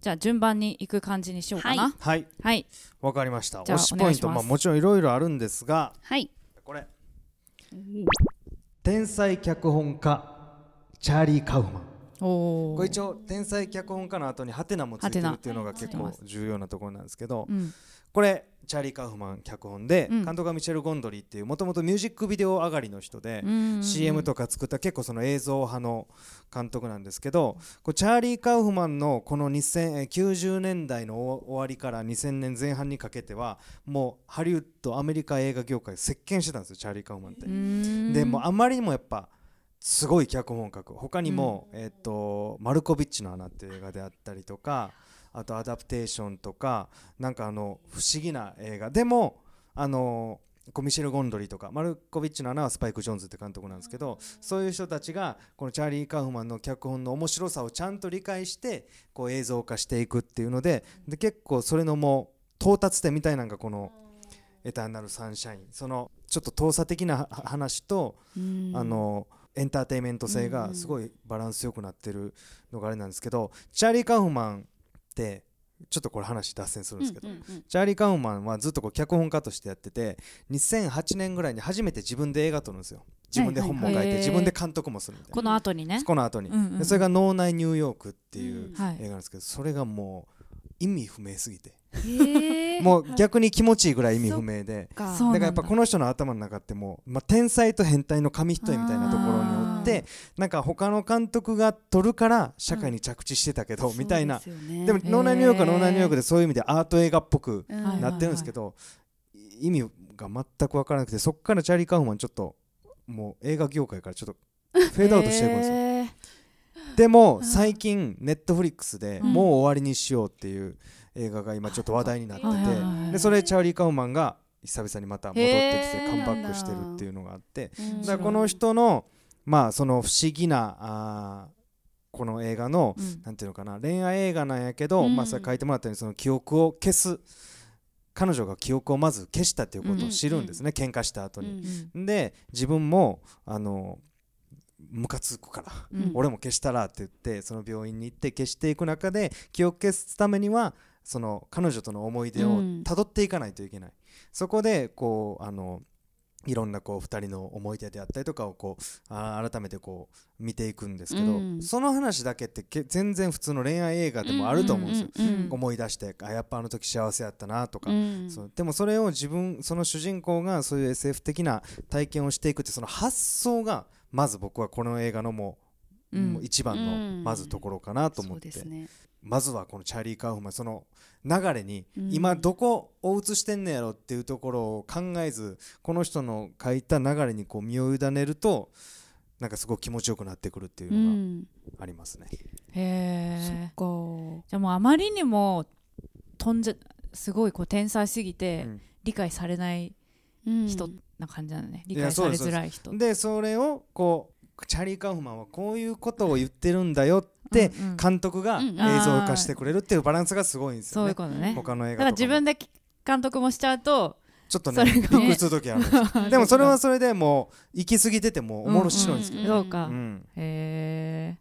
Speaker 2: じゃあ順番に行く感じにしようかな
Speaker 3: は
Speaker 2: はいい、
Speaker 4: はいわかりました
Speaker 2: じゃあ
Speaker 4: 推しポイント
Speaker 2: お願いします
Speaker 4: まあもちろんいろいろあるんですが
Speaker 3: はい
Speaker 4: これ天才脚本家チャーリー・カウフマン
Speaker 2: お
Speaker 4: これ
Speaker 2: ー
Speaker 4: 一応天才脚本家の後にハテナもついてるっていうのが結構重要なところなんですけど、
Speaker 2: うん
Speaker 4: これチャーリー・カウフマン脚本で、
Speaker 2: うん
Speaker 4: 監督がミシェル・ゴンドリーっていうもともとミュージックビデオ上がりの人で、
Speaker 2: うんうんうん
Speaker 4: CM とか作った結構その映像派の監督なんですけどこうチャーリー・カウフマンのこの2000えー90年代の終終わりから2000年前半にかけてはもうハリウッドアメリカ映画業界席巻してたんですよチャーリー・カウフマンって。
Speaker 2: うん
Speaker 4: でもうあまりにもやっぱすごい脚本を書く他にも、えっと「マルコビッチの穴」っていう映画であったりとかあと「アダプテーション」とかなんかあの不思議な映画でもあのこうミシェル・ゴンドリーとかマルコビッチの穴はスパイク・ジョーンズって監督なんですけどそういう人たちがこのチャーリー・カウフマンの脚本の面白さをちゃんと理解してこう映像化していくっていうのでで結構それのもう到達点みたいなのがこの「エターナル・サンシャイン」そのちょっと遠さ的なは話と
Speaker 3: うん
Speaker 4: あのエンターテインメント性
Speaker 3: うんう
Speaker 4: が
Speaker 3: ん
Speaker 4: すごいバランスよくなってるのがあれなんですけどチャーリー・カウフマンってちょっとこれ話脱線するんですけど、
Speaker 3: うんうん
Speaker 4: チャーリー・カウフマンはずっとこう脚本家としてやってて2008年ぐらいに初めて自分で映画撮るんですよ自分で本も書い
Speaker 2: はいはい
Speaker 4: て
Speaker 2: はい
Speaker 4: 自分で監督もするみたい
Speaker 2: この後にね
Speaker 4: なこの後に、
Speaker 2: うんうん
Speaker 4: でそれが「脳内ニューヨーク」っていううん
Speaker 2: は
Speaker 4: 映画
Speaker 2: い
Speaker 4: なんですけどそれがもう意味不明すぎて
Speaker 3: へー
Speaker 4: もう逆に気持ちいいぐらい意味不明で
Speaker 3: か
Speaker 2: そう
Speaker 4: だからやっぱこの人の頭の中ってもう、まあ、天才と変態の紙一重みたいなところにおってなんか他の監督が撮るから社会に着地してたけど、みたいな
Speaker 3: そうですよね
Speaker 4: でも「ノーナイニューヨーク」は「ノーナイニューヨーク」でそういう意味でアート映画っぽく
Speaker 3: うん
Speaker 2: はい
Speaker 4: なってるんですけど、い意味が全く分からなくてそっからチャーリー・カウフマンちょっともう映画業界からちょっとフェードアウトしていくんですよ。
Speaker 2: へー
Speaker 4: でも最近ネットフリックスで
Speaker 2: うん
Speaker 4: もう終わりにしようっていう映画が今ちょっと話題になってて
Speaker 2: はいはいはいはい
Speaker 4: でそれチャーリー・カウマンが久々にまた戻ってきて
Speaker 2: へ
Speaker 4: カ
Speaker 2: ー
Speaker 4: ムバックしてるっていうのがあって
Speaker 3: うん
Speaker 4: だからこの人のまあその不思議なあーこの映画の、
Speaker 2: うん
Speaker 4: なんていうのかな恋愛映画なんやけど、
Speaker 3: うん
Speaker 4: まあそれ書いてもらったようにその記憶を消す彼女が記憶をまず消したっていうことを知るんですね、喧嘩した後
Speaker 3: う
Speaker 4: に。
Speaker 3: ん
Speaker 4: で自分もあのムカつくから、
Speaker 2: うん
Speaker 4: 俺も消したらって言ってその病院に行って消していく中で記憶消すためにはその彼女との思い出を
Speaker 3: うん
Speaker 4: たどっていかないといけない、そこでこうあのいろんなこう2人の思い出であったりとかをこうあ改めてこう見ていくんですけど、
Speaker 3: うん
Speaker 4: その話だけってけ全然普通の恋愛映画でもあると思うんですよ、
Speaker 3: うんうん
Speaker 4: 思い出してあやっぱあの時幸せやったなとか、
Speaker 3: うん
Speaker 4: そうでもそれを自分その主人公がそういう SF 的な体験をしていくってその発想がまず僕はこの映画のもう,、
Speaker 2: うん
Speaker 4: 一番の
Speaker 3: うん
Speaker 4: まずところかなと
Speaker 3: そ
Speaker 4: 思っ
Speaker 3: う
Speaker 4: て、
Speaker 3: ですね
Speaker 4: まずはこのチャーリー・カウフマンその流れに
Speaker 3: うん
Speaker 4: 今どこを映してんねやろっていうところを考えずこの人の書いた流れにこう身を委ねるとなんかすごく気持ちよくなってくるっていううの
Speaker 3: ん
Speaker 4: がありますね。
Speaker 2: へ
Speaker 3: そ
Speaker 2: え
Speaker 3: っか
Speaker 2: じゃあもうあまりにも飛んじゃすごいこう天才すぎて、
Speaker 4: うん
Speaker 2: 理解されない人な感じなのね、理解されづらい人
Speaker 4: でそれをこうチャーリー・カウフマンはこういうことを言ってるんだよって
Speaker 2: うんうん
Speaker 4: 監督が
Speaker 3: うん
Speaker 4: 映像化してくれるっていうバランスがすごいんです
Speaker 2: そ
Speaker 4: よ
Speaker 2: うい
Speaker 4: ね
Speaker 2: う。ことね
Speaker 4: 他の映
Speaker 2: だから
Speaker 4: 画と
Speaker 2: 自
Speaker 4: かも
Speaker 2: 分で監督もしちゃうと
Speaker 4: ちょっと
Speaker 2: そ
Speaker 4: ね
Speaker 2: れ
Speaker 4: ピ
Speaker 2: がね
Speaker 4: ック打つ時あるんですよでもそれはそれでもう行き過ぎててもおもろしろいんですけど、
Speaker 2: そうか、
Speaker 4: うん
Speaker 2: へ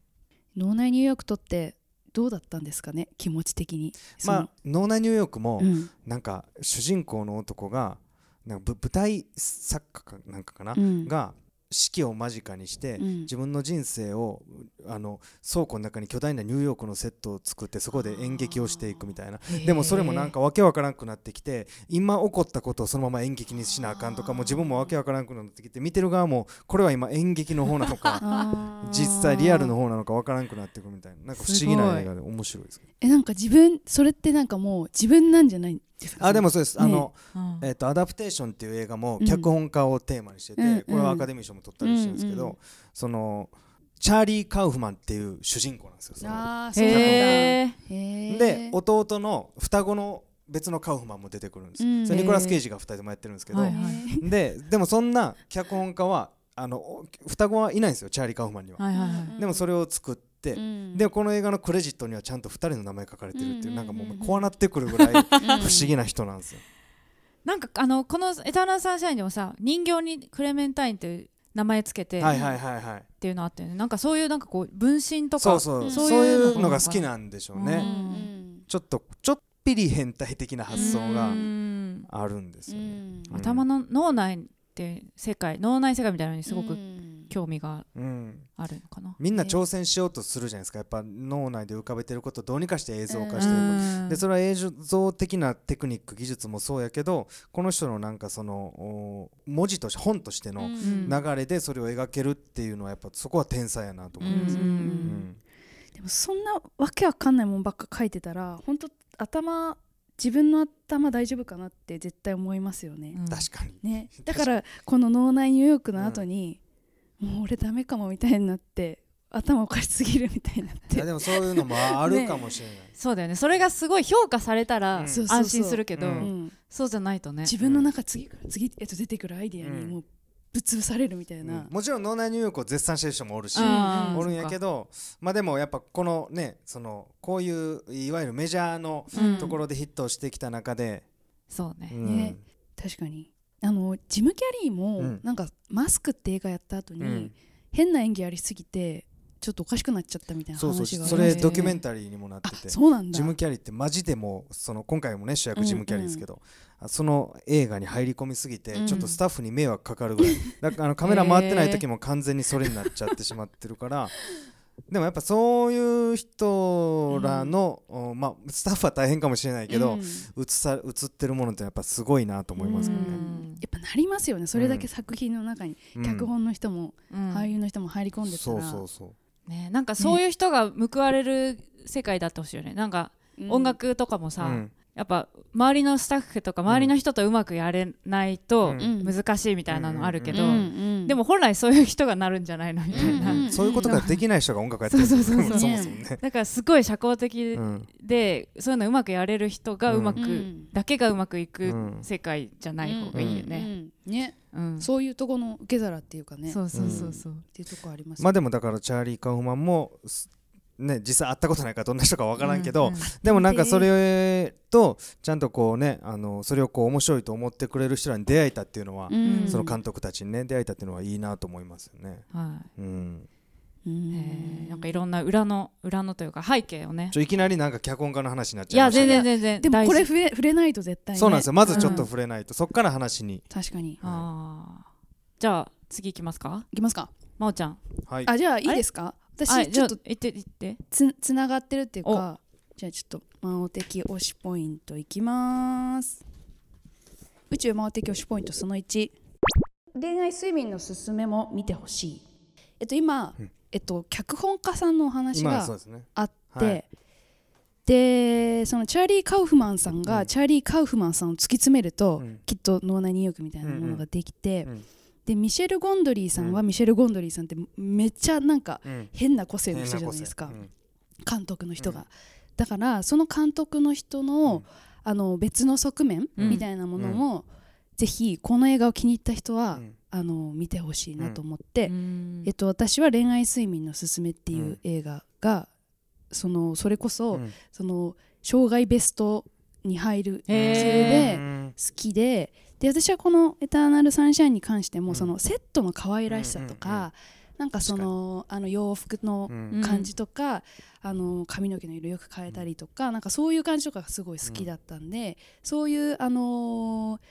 Speaker 3: 脳内入浴とってどうだったんですかね気持ち的に
Speaker 4: まあ「脳内ニューヨーク」も
Speaker 3: そのうん
Speaker 4: なんか主人公の男がなんかぶ舞台作家かなんかかな、
Speaker 3: うん
Speaker 4: が死期を間近にして、
Speaker 3: うん
Speaker 4: 自分の人生をあの倉庫の中に巨大なニューヨークのセットを作ってそこで演劇をしていくみたいな
Speaker 2: え
Speaker 4: でもそれもなんかわけわからんくなってきて今起こったことをそのまま演劇にしなあかんとかもう自分もわけわからんくなってきて見てる側もこれは今演劇の方なのか
Speaker 3: あー
Speaker 4: 実際リアルの方なのかわからんくなってくるみたいななんか不思議な映画で面白いですけど
Speaker 3: えなんか自分それってなんかもう自分なんじゃないんですか
Speaker 4: あでもそうです、
Speaker 3: ね
Speaker 4: あの、
Speaker 2: うん
Speaker 4: えっとアダプテーションっていう映画も
Speaker 3: うん
Speaker 4: 脚本家をテーマにしてて、
Speaker 3: うん
Speaker 4: これはアカデミー賞も取ったりしてるんですけど、
Speaker 3: うんうん
Speaker 4: そのチャーリー・カウフマンっていう主人公なんですよその
Speaker 3: あーそうなんだ
Speaker 2: へ
Speaker 3: へ
Speaker 2: え
Speaker 3: ー
Speaker 4: で弟の双子の別のカウフマンも出てくるんです、
Speaker 3: うん
Speaker 4: それニコラス・ケイジが2人ともやってるんですけど、
Speaker 2: はいはい
Speaker 4: ででもそんな脚本家はあのお双子はいないんですよチャーリー・カウフマンには、
Speaker 2: はいはいはい、
Speaker 4: でもそれを作って、
Speaker 3: うん
Speaker 4: でこの映画のクレジットにはちゃんと2人の名前書かれてるっていう、
Speaker 3: うん
Speaker 4: なんかもう怖なってくるぐらい不思議な人なんですよ、
Speaker 2: なんかあのこの「エターナルサンシャイン」でもさ人形にクレメンタインっていう名前つけてっ
Speaker 4: はいはいはいはい
Speaker 2: ていうのあったよね、なんかそういうなんかこう分身とか
Speaker 4: そうそう、
Speaker 3: うん
Speaker 4: そう
Speaker 2: そう
Speaker 4: い
Speaker 2: いうの
Speaker 4: うのが好きなんでしょうね、
Speaker 2: うん
Speaker 3: うん
Speaker 4: ちょっとちょっぴり変態的な発想
Speaker 2: う
Speaker 4: が
Speaker 2: ん
Speaker 4: あるんですよね、
Speaker 3: うん
Speaker 4: うん
Speaker 2: 頭の脳内って世界脳内世界みたいなのにすご
Speaker 3: う
Speaker 2: く
Speaker 3: ん
Speaker 2: 興味が
Speaker 4: うん
Speaker 2: あるのかな、
Speaker 4: みんな挑戦しようとするじゃないですかやっぱ脳内で浮かべてることをどうにかして映像化していく、
Speaker 2: うん
Speaker 4: でそれは映像的なテクニック技術もそうやけどこの人のなんかそのお文字として本としての
Speaker 2: ん
Speaker 4: 流れでそれを描けるっていうのはやっぱそこは天才やなと思います、
Speaker 2: う
Speaker 4: うんん
Speaker 3: でもそんなわけわかんないもんばっか書いてたら本当頭自分の頭大丈夫かなって絶対思いますよね。
Speaker 2: うん
Speaker 4: 確かに
Speaker 3: ねだからこの脳内ニューヨークの後に、もう俺ダメかもみたいになって頭おかしすぎるみたいになっ
Speaker 4: い
Speaker 3: て
Speaker 4: やでもそういうのもあるかもしれない、
Speaker 2: そうだよねそれがすごい評価された
Speaker 4: う
Speaker 2: ら
Speaker 4: ん
Speaker 3: そうそうそう
Speaker 2: 安心するけど、
Speaker 4: う
Speaker 3: うんん
Speaker 2: そうじゃないとね
Speaker 3: 自分の中次から次へと出てくるアイディアに
Speaker 4: うん
Speaker 3: もうぶっ潰されるみたいな、
Speaker 4: うんもちろん脳内入浴を絶賛してる人もおるし、
Speaker 2: あー
Speaker 4: おるんやけどまあでもやっぱこのねそのこういういわゆるメジャーの
Speaker 2: うん
Speaker 4: ところでヒットをしてきた中で、
Speaker 2: そうね、
Speaker 4: うん
Speaker 3: ね確かにあのジム・キャリーも、
Speaker 4: うん
Speaker 3: なんかマスクって映画やった後に、
Speaker 4: うん
Speaker 3: 変な演技やりすぎてちょっとおかしくなっちゃったみたいな話
Speaker 4: そう
Speaker 3: が
Speaker 4: そう
Speaker 3: ありま
Speaker 4: そ
Speaker 3: したよ
Speaker 4: れ
Speaker 3: ね
Speaker 4: ドキュメンタリーにもなってて
Speaker 3: あそうなんだ
Speaker 4: ジム・キャリーってマジでもうその今回もね主
Speaker 3: うんう
Speaker 4: 役
Speaker 3: ん
Speaker 4: ジム・キャリーですけど、あその映画に入り込みすぎて
Speaker 2: うん
Speaker 4: ちょっとスタッフに迷惑かかるぐらい、だからあのカメラ回ってない時も完全にそれになっちゃってしまって るから。でもやっぱそういう人らの、おまあ、スタッフは大変かもしれないけど、
Speaker 3: うんや
Speaker 4: 映さ映ってるものってやっぱすごいなと思いますけど
Speaker 2: う
Speaker 4: ね、
Speaker 2: ん
Speaker 3: っぱなりますよねそれだけ作品の中に、
Speaker 4: うん
Speaker 3: 脚本の人も、
Speaker 2: うん
Speaker 3: 俳優の人も入り込んでた
Speaker 4: そう
Speaker 3: ら
Speaker 4: そうそ
Speaker 2: ね、なんかそういう人が報われる世界だってほしいよねなんか
Speaker 3: うん
Speaker 2: 音楽とかも
Speaker 4: う、
Speaker 2: さ、
Speaker 4: うん
Speaker 2: やっぱ周りのスタッフとか周りの人とうまくやれないと
Speaker 4: うん
Speaker 3: うん
Speaker 2: 難しいみたいなのあるけど、
Speaker 4: うん
Speaker 2: でも本来そういう人がなるんじゃないのみたいな、
Speaker 3: うんうん
Speaker 4: そういうことができない人が音楽やってるんです
Speaker 2: そ
Speaker 4: よ
Speaker 2: う
Speaker 3: そうそう
Speaker 4: もそもね。
Speaker 2: だからすごい社交的
Speaker 4: うん
Speaker 2: で、そういうのうまくやれる人がうまく、
Speaker 3: うん
Speaker 2: だけがうまくいうく
Speaker 4: ん
Speaker 2: 世界じゃない方がいいよね。
Speaker 3: うんね
Speaker 2: うん
Speaker 3: そういうとこの受け皿っていうかね
Speaker 2: そうそうそうそう
Speaker 3: っていうとこあります
Speaker 4: まあでもだからチャーリー・カウフマンもすね、実際会ったことないからどんな人か分からんけど、
Speaker 2: うんうん
Speaker 4: でもなんかそれとちゃんとこうねあのそれをこう面白いと思ってくれる人らに出会えたっていうのは、
Speaker 2: うん
Speaker 4: その監督たちにね出会えたっていうのはいいなと思いますよね。
Speaker 2: は
Speaker 4: うん、
Speaker 2: い、えーなんかいろんな裏の裏のというか背景をね
Speaker 4: ちょいきなりなんか脚本家の話になっ
Speaker 2: い
Speaker 4: ちゃい
Speaker 2: や
Speaker 4: ました
Speaker 2: 全
Speaker 4: け
Speaker 2: 然
Speaker 4: ど
Speaker 2: 全然
Speaker 3: でもこれ
Speaker 2: 大事
Speaker 3: 触れ触れないと絶対ね
Speaker 4: そうなんですよまずちょっ
Speaker 2: う
Speaker 4: と
Speaker 2: ん
Speaker 4: 触れないと、そっから話に。
Speaker 3: 確かにい
Speaker 2: あーじゃあ次行きますか
Speaker 3: きますか
Speaker 2: 真央ちゃん
Speaker 4: はい、
Speaker 3: あじゃあいいですか
Speaker 2: は
Speaker 3: 私
Speaker 2: いじ
Speaker 3: ち
Speaker 2: ゃ
Speaker 3: ょ
Speaker 2: あ
Speaker 3: っと
Speaker 2: 行って行って
Speaker 3: つつながってるっていうかじゃあちょっと魔王的推しポイントいきます宇宙魔王的推しポイントその1恋愛睡眠のすすめも見てほしいえっと今、えっと脚本家さんのお話
Speaker 4: 今そ
Speaker 3: が
Speaker 4: うですね。
Speaker 3: あって、
Speaker 4: はい
Speaker 3: でそのチャーリー・カウフマンさんが、チャーリー・カウフマンさんを突き詰めると、
Speaker 4: うん
Speaker 3: きっと脳内入浴みたいなものができて、
Speaker 4: うんうん
Speaker 3: でミシェル・ゴンドリーさんは、
Speaker 4: うん
Speaker 3: ミシェル・ゴンドリーさんってめっちゃなんか
Speaker 4: うん
Speaker 3: 変な個性の
Speaker 4: 変
Speaker 3: 人
Speaker 4: な
Speaker 3: じゃ
Speaker 4: 個
Speaker 3: ない
Speaker 4: 性
Speaker 3: ですか、
Speaker 4: うん
Speaker 3: 監督の人が、
Speaker 4: うん
Speaker 3: だからその監督の人の,、
Speaker 4: うん
Speaker 3: あの別の側面
Speaker 2: うん
Speaker 3: みたいなものも、ぜひこの映画を気に入った人は、
Speaker 4: うん
Speaker 3: あの見てほしいなと思っ
Speaker 2: う
Speaker 3: て、
Speaker 2: ん
Speaker 3: えっと、私は「恋愛睡眠のすすめ」っていう映画が、そのそれこそ、
Speaker 4: うん
Speaker 3: その障害ベストに入る中
Speaker 2: へ
Speaker 3: で
Speaker 4: うん
Speaker 3: 好きでで私はこの「エターナルサンシャイン」に関しても、
Speaker 4: うん
Speaker 3: そのセットの可愛らしさとか、
Speaker 4: うんうんうん
Speaker 3: なんかそのあの洋服の
Speaker 4: うん
Speaker 3: 感じとか、あの髪の毛の色よく変えたりとか、なんかそういう感じとかがすごい好きだったんで、そういう、あのー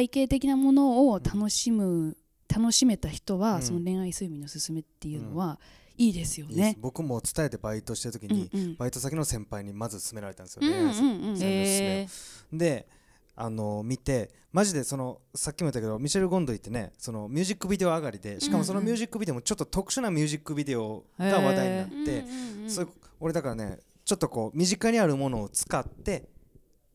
Speaker 3: 背景的なものを楽しむ、楽しめた人は、
Speaker 4: うん
Speaker 3: その恋愛睡眠のすすめっていうのは、いいですよ
Speaker 4: いいです
Speaker 3: ね。
Speaker 4: 僕も伝えてバイトしてる時
Speaker 3: う
Speaker 4: に、
Speaker 3: んうん
Speaker 4: バイト先の先輩にまず勧められたんですよ、
Speaker 3: うんう
Speaker 4: 恋愛
Speaker 3: ん
Speaker 4: する
Speaker 3: うん
Speaker 2: え
Speaker 4: であの見てマジでそのさっきも言ったけどミシェル・ゴンドリってねそのミュージックビデオ上がりでしかもそのミュージックビデオもちょっと特殊なミュージックビデオが話題になって、
Speaker 3: うんうんうん
Speaker 4: そういう俺だからねちょっとこう身近にあるものを使って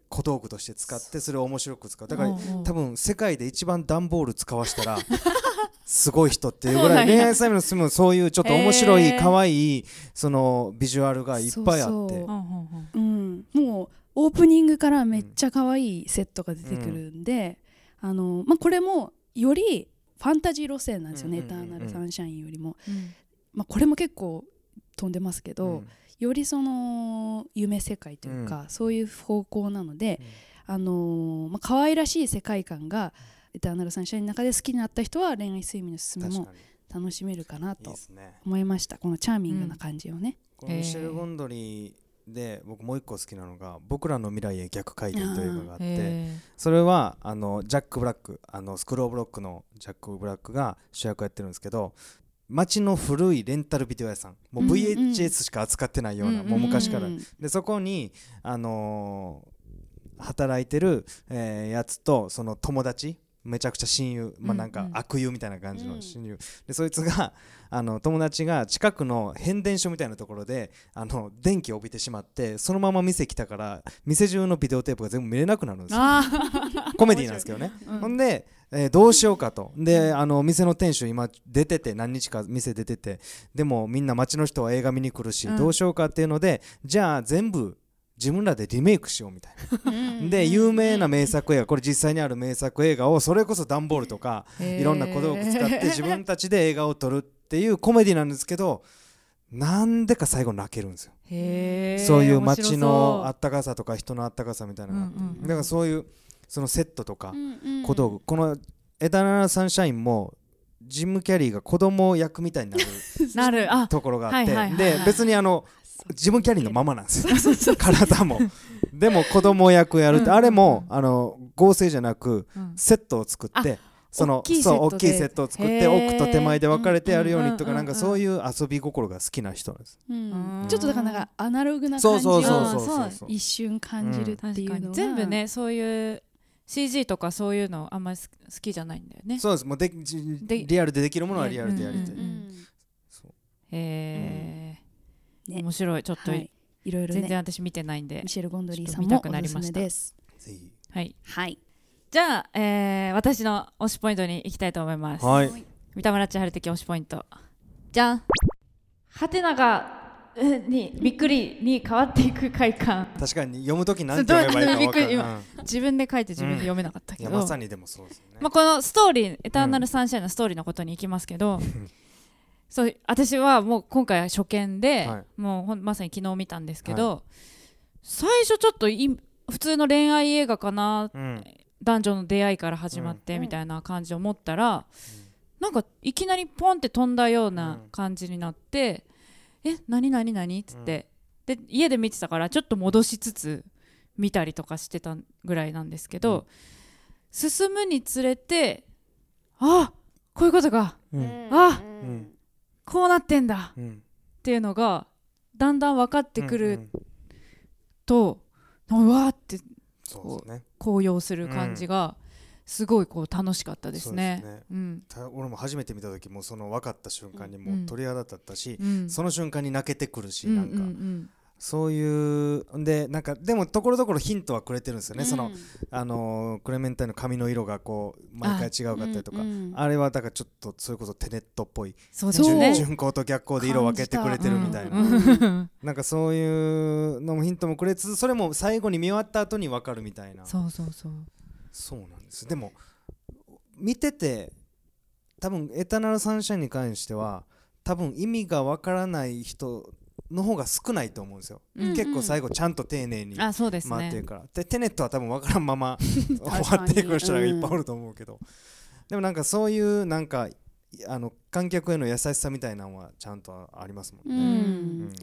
Speaker 4: 小道具として使ってそれを面白く使うだから
Speaker 2: うんうん
Speaker 4: 多分世界で一番段ボール使わしたら すごい人っていうぐらい恋愛サイムの住むそういうちょっと面白
Speaker 2: へ
Speaker 4: い
Speaker 2: ー
Speaker 4: 可愛いそのビジュアルがいっぱいあ
Speaker 3: そ
Speaker 4: っ
Speaker 3: うそ
Speaker 4: て
Speaker 3: う
Speaker 2: うんうんうん
Speaker 3: うん、もうオープニングからめっちゃ可愛いセットが出てくるんで、あのまあ、これもよりファンタジー路線なんですよね「
Speaker 4: うんうんうんうん
Speaker 3: エターナルサンシャイン」よりも、
Speaker 2: うん
Speaker 3: まあ、これも結構飛んでますけど、
Speaker 4: うん
Speaker 3: よりその夢世界というか、そういう方向なので、あのーまあ可愛らしい世界観が「エターナルサンシャイン」の中で好きになった人は恋愛睡眠のすすめ
Speaker 4: 確
Speaker 3: も
Speaker 4: かに
Speaker 3: 楽しめるかない
Speaker 4: い
Speaker 3: と
Speaker 4: ですね
Speaker 3: 思いましたこのチャーミングな感じをね。
Speaker 4: このミシェ
Speaker 2: へー
Speaker 4: ル・ゴンドリーで僕もう一個好きなのが「僕らの未来へ逆回転」という映画があって
Speaker 2: へ
Speaker 4: それはあのジャック・ブラックあのスクローブロックのジャック・ブラックが主役をやってるんですけど街の古いレンタルビデオ屋さんもう
Speaker 3: うんうん
Speaker 4: VHS しか扱ってないような
Speaker 2: うん
Speaker 4: もう昔から
Speaker 3: うん
Speaker 4: でそこにあのー働いてる、えーやつとその友達めちゃくちゃ親友、まあ、なん
Speaker 2: うん
Speaker 4: か
Speaker 2: うん
Speaker 4: 悪友みたいな感じ
Speaker 3: う
Speaker 4: の
Speaker 3: ん
Speaker 4: 親友、でそいつがあの友達が近くの変電所みたいなところであの電気を帯びてしまってそのまま店来たから店中のビデオテープが全部見れなくなるんですよ
Speaker 2: あ
Speaker 4: コメディなんですけどね、ほんで、えーどうしようかとであの店の店主今出てて何日か店出ててでもみんな街の人は映画見に来るし、
Speaker 2: うん
Speaker 4: どうしようかっていうのでじゃあ全部自分らでリメイクしようみたいなで有名な名作映画これ実際にある名作映画をそれこそ段ボールとか
Speaker 2: へー
Speaker 4: いろんな小道具使って自分たちで映画を撮るっていうコメディなんですけどなんでか最後泣けるんですよ、
Speaker 2: へー
Speaker 4: そういう街の
Speaker 2: 面
Speaker 4: あ
Speaker 2: 白
Speaker 4: ったかさとか人のあったかさみたいなのがあって、
Speaker 2: うんうんうん
Speaker 4: だからそういうそのセットとか、
Speaker 3: うんうんうん
Speaker 4: 小道具この「エターナルサンシャイン」もジム・キャリーが子供役みた いになる
Speaker 2: そうなるあ
Speaker 4: ところがあって
Speaker 2: はいはいはいは
Speaker 4: で
Speaker 2: い
Speaker 4: 別にあのジム・キャリーのままなんで すよ体もでも子供役やるって、
Speaker 2: うん
Speaker 4: あれもあの合成じゃなく
Speaker 2: うん
Speaker 4: セットを作ってその
Speaker 2: 大きい
Speaker 4: そう
Speaker 2: セットで
Speaker 4: 大きいセットを作っ
Speaker 2: へ
Speaker 4: て
Speaker 2: ー
Speaker 4: 奥と手前で分かれてやるようにと
Speaker 2: う
Speaker 4: か
Speaker 2: んうん
Speaker 4: な
Speaker 2: うんうん
Speaker 4: んかそういう遊び心が好きな人なんです。
Speaker 3: うん
Speaker 2: うん
Speaker 3: ちょっとだからなんかアナログな
Speaker 4: そ
Speaker 3: 感
Speaker 4: う
Speaker 3: じ
Speaker 4: そうそう
Speaker 3: を
Speaker 4: そうそうそう
Speaker 3: 一瞬感じるって
Speaker 2: 確
Speaker 3: いう
Speaker 2: か
Speaker 3: の
Speaker 2: に
Speaker 3: が
Speaker 2: 全部ねそういう CG とかそういうのあんまり好好きじゃないんだよね
Speaker 4: そうですもうで
Speaker 2: で
Speaker 4: リアルでできるものはリアルでやりた
Speaker 2: う
Speaker 4: い
Speaker 2: んうんうん
Speaker 4: そう
Speaker 2: へ
Speaker 3: うん
Speaker 2: え
Speaker 3: ね
Speaker 2: 面白いちょっと
Speaker 3: はいいろいろ
Speaker 2: 全
Speaker 3: ね
Speaker 2: 然私見てないんで
Speaker 3: ミシェル・ゴンドリーさ
Speaker 2: ち
Speaker 3: ん
Speaker 2: ょ
Speaker 3: も
Speaker 2: っと見たくな
Speaker 3: お
Speaker 2: り
Speaker 3: す
Speaker 2: ますし
Speaker 3: め
Speaker 2: た
Speaker 3: です
Speaker 4: ぜひ
Speaker 2: はい
Speaker 3: はい
Speaker 2: じゃあえー私の推しポイントに行きたいと思います
Speaker 4: はい
Speaker 2: 三田村千春的推しポイントじゃんハテナがうんにびっくりに変わっていく快感
Speaker 4: 確かに読むとき何て読めばいいか分から
Speaker 2: そうどう
Speaker 4: ない、うん
Speaker 2: 自分で書いて自分で読めなかった
Speaker 4: い
Speaker 2: け
Speaker 4: や
Speaker 2: ど、
Speaker 4: まさにでもそうですよね。
Speaker 2: まあ、このストーリー「エターナルサンシャイン」のストーリーのことに行きますけど、そう私はもう今回初見で、
Speaker 4: は
Speaker 2: もうほんまさに昨日見たんですけど、最初ちょっとい普通の恋愛映画かな
Speaker 4: うん
Speaker 2: 男女の出会いから始まってみたいな感じを思ったら、なんかいきなりポンって飛んだような感じになって「え何何何?」っつって、で家で見てたからちょっと戻しつつ見たりとかしてたぐらいなんですけど、進むにつれて「あこういうことか
Speaker 4: うん
Speaker 2: あ
Speaker 4: うん
Speaker 2: こうなってんだ」
Speaker 4: うん
Speaker 2: っていうのがだんだん分かってく
Speaker 4: うんう
Speaker 2: る
Speaker 4: ん
Speaker 2: と、うわーって
Speaker 4: そうですね
Speaker 2: 高揚する感じがすごいこう楽しかったですね。
Speaker 4: そうですね
Speaker 2: うん
Speaker 4: た俺も初めて見た時もその分かった瞬間にもう鳥肌だったし、
Speaker 2: うん
Speaker 4: その瞬間に泣けてくるし、
Speaker 2: うん
Speaker 4: なんか、
Speaker 2: うん
Speaker 4: そういうんでなんかでもところどころヒントはくれてるんですよね、そのあのークレメンタインの髪の色がこう毎回違うかったりとかあ,、
Speaker 3: うんうん
Speaker 4: れはだからちょっとそれこそテネットっぽい、
Speaker 2: そうです
Speaker 3: そう
Speaker 2: ね。
Speaker 4: 順光と逆光で色を分けてくれてるみたいな、
Speaker 2: うん
Speaker 4: なんかそういうのもヒントもくれつつそれも最後に見終わった後に分かるみたいな
Speaker 2: そうそうそう。
Speaker 4: そうなんですでも見てて多分「エターナルサンシャイン」に関しては多分意味がわからない人の方が少ないと思うんですよ、
Speaker 2: うんうん
Speaker 4: 結構最後ちゃんと丁寧に
Speaker 2: あそうです
Speaker 4: 回って
Speaker 2: ね
Speaker 4: る。からでテネットは多分分からんまま終
Speaker 3: かに
Speaker 4: わっていく人らがいっぱいおると思うけど、でもなんかそういうなんかあの観客への優しさみたいなのはちゃんとありますもん
Speaker 3: う
Speaker 4: ね、うん
Speaker 3: ん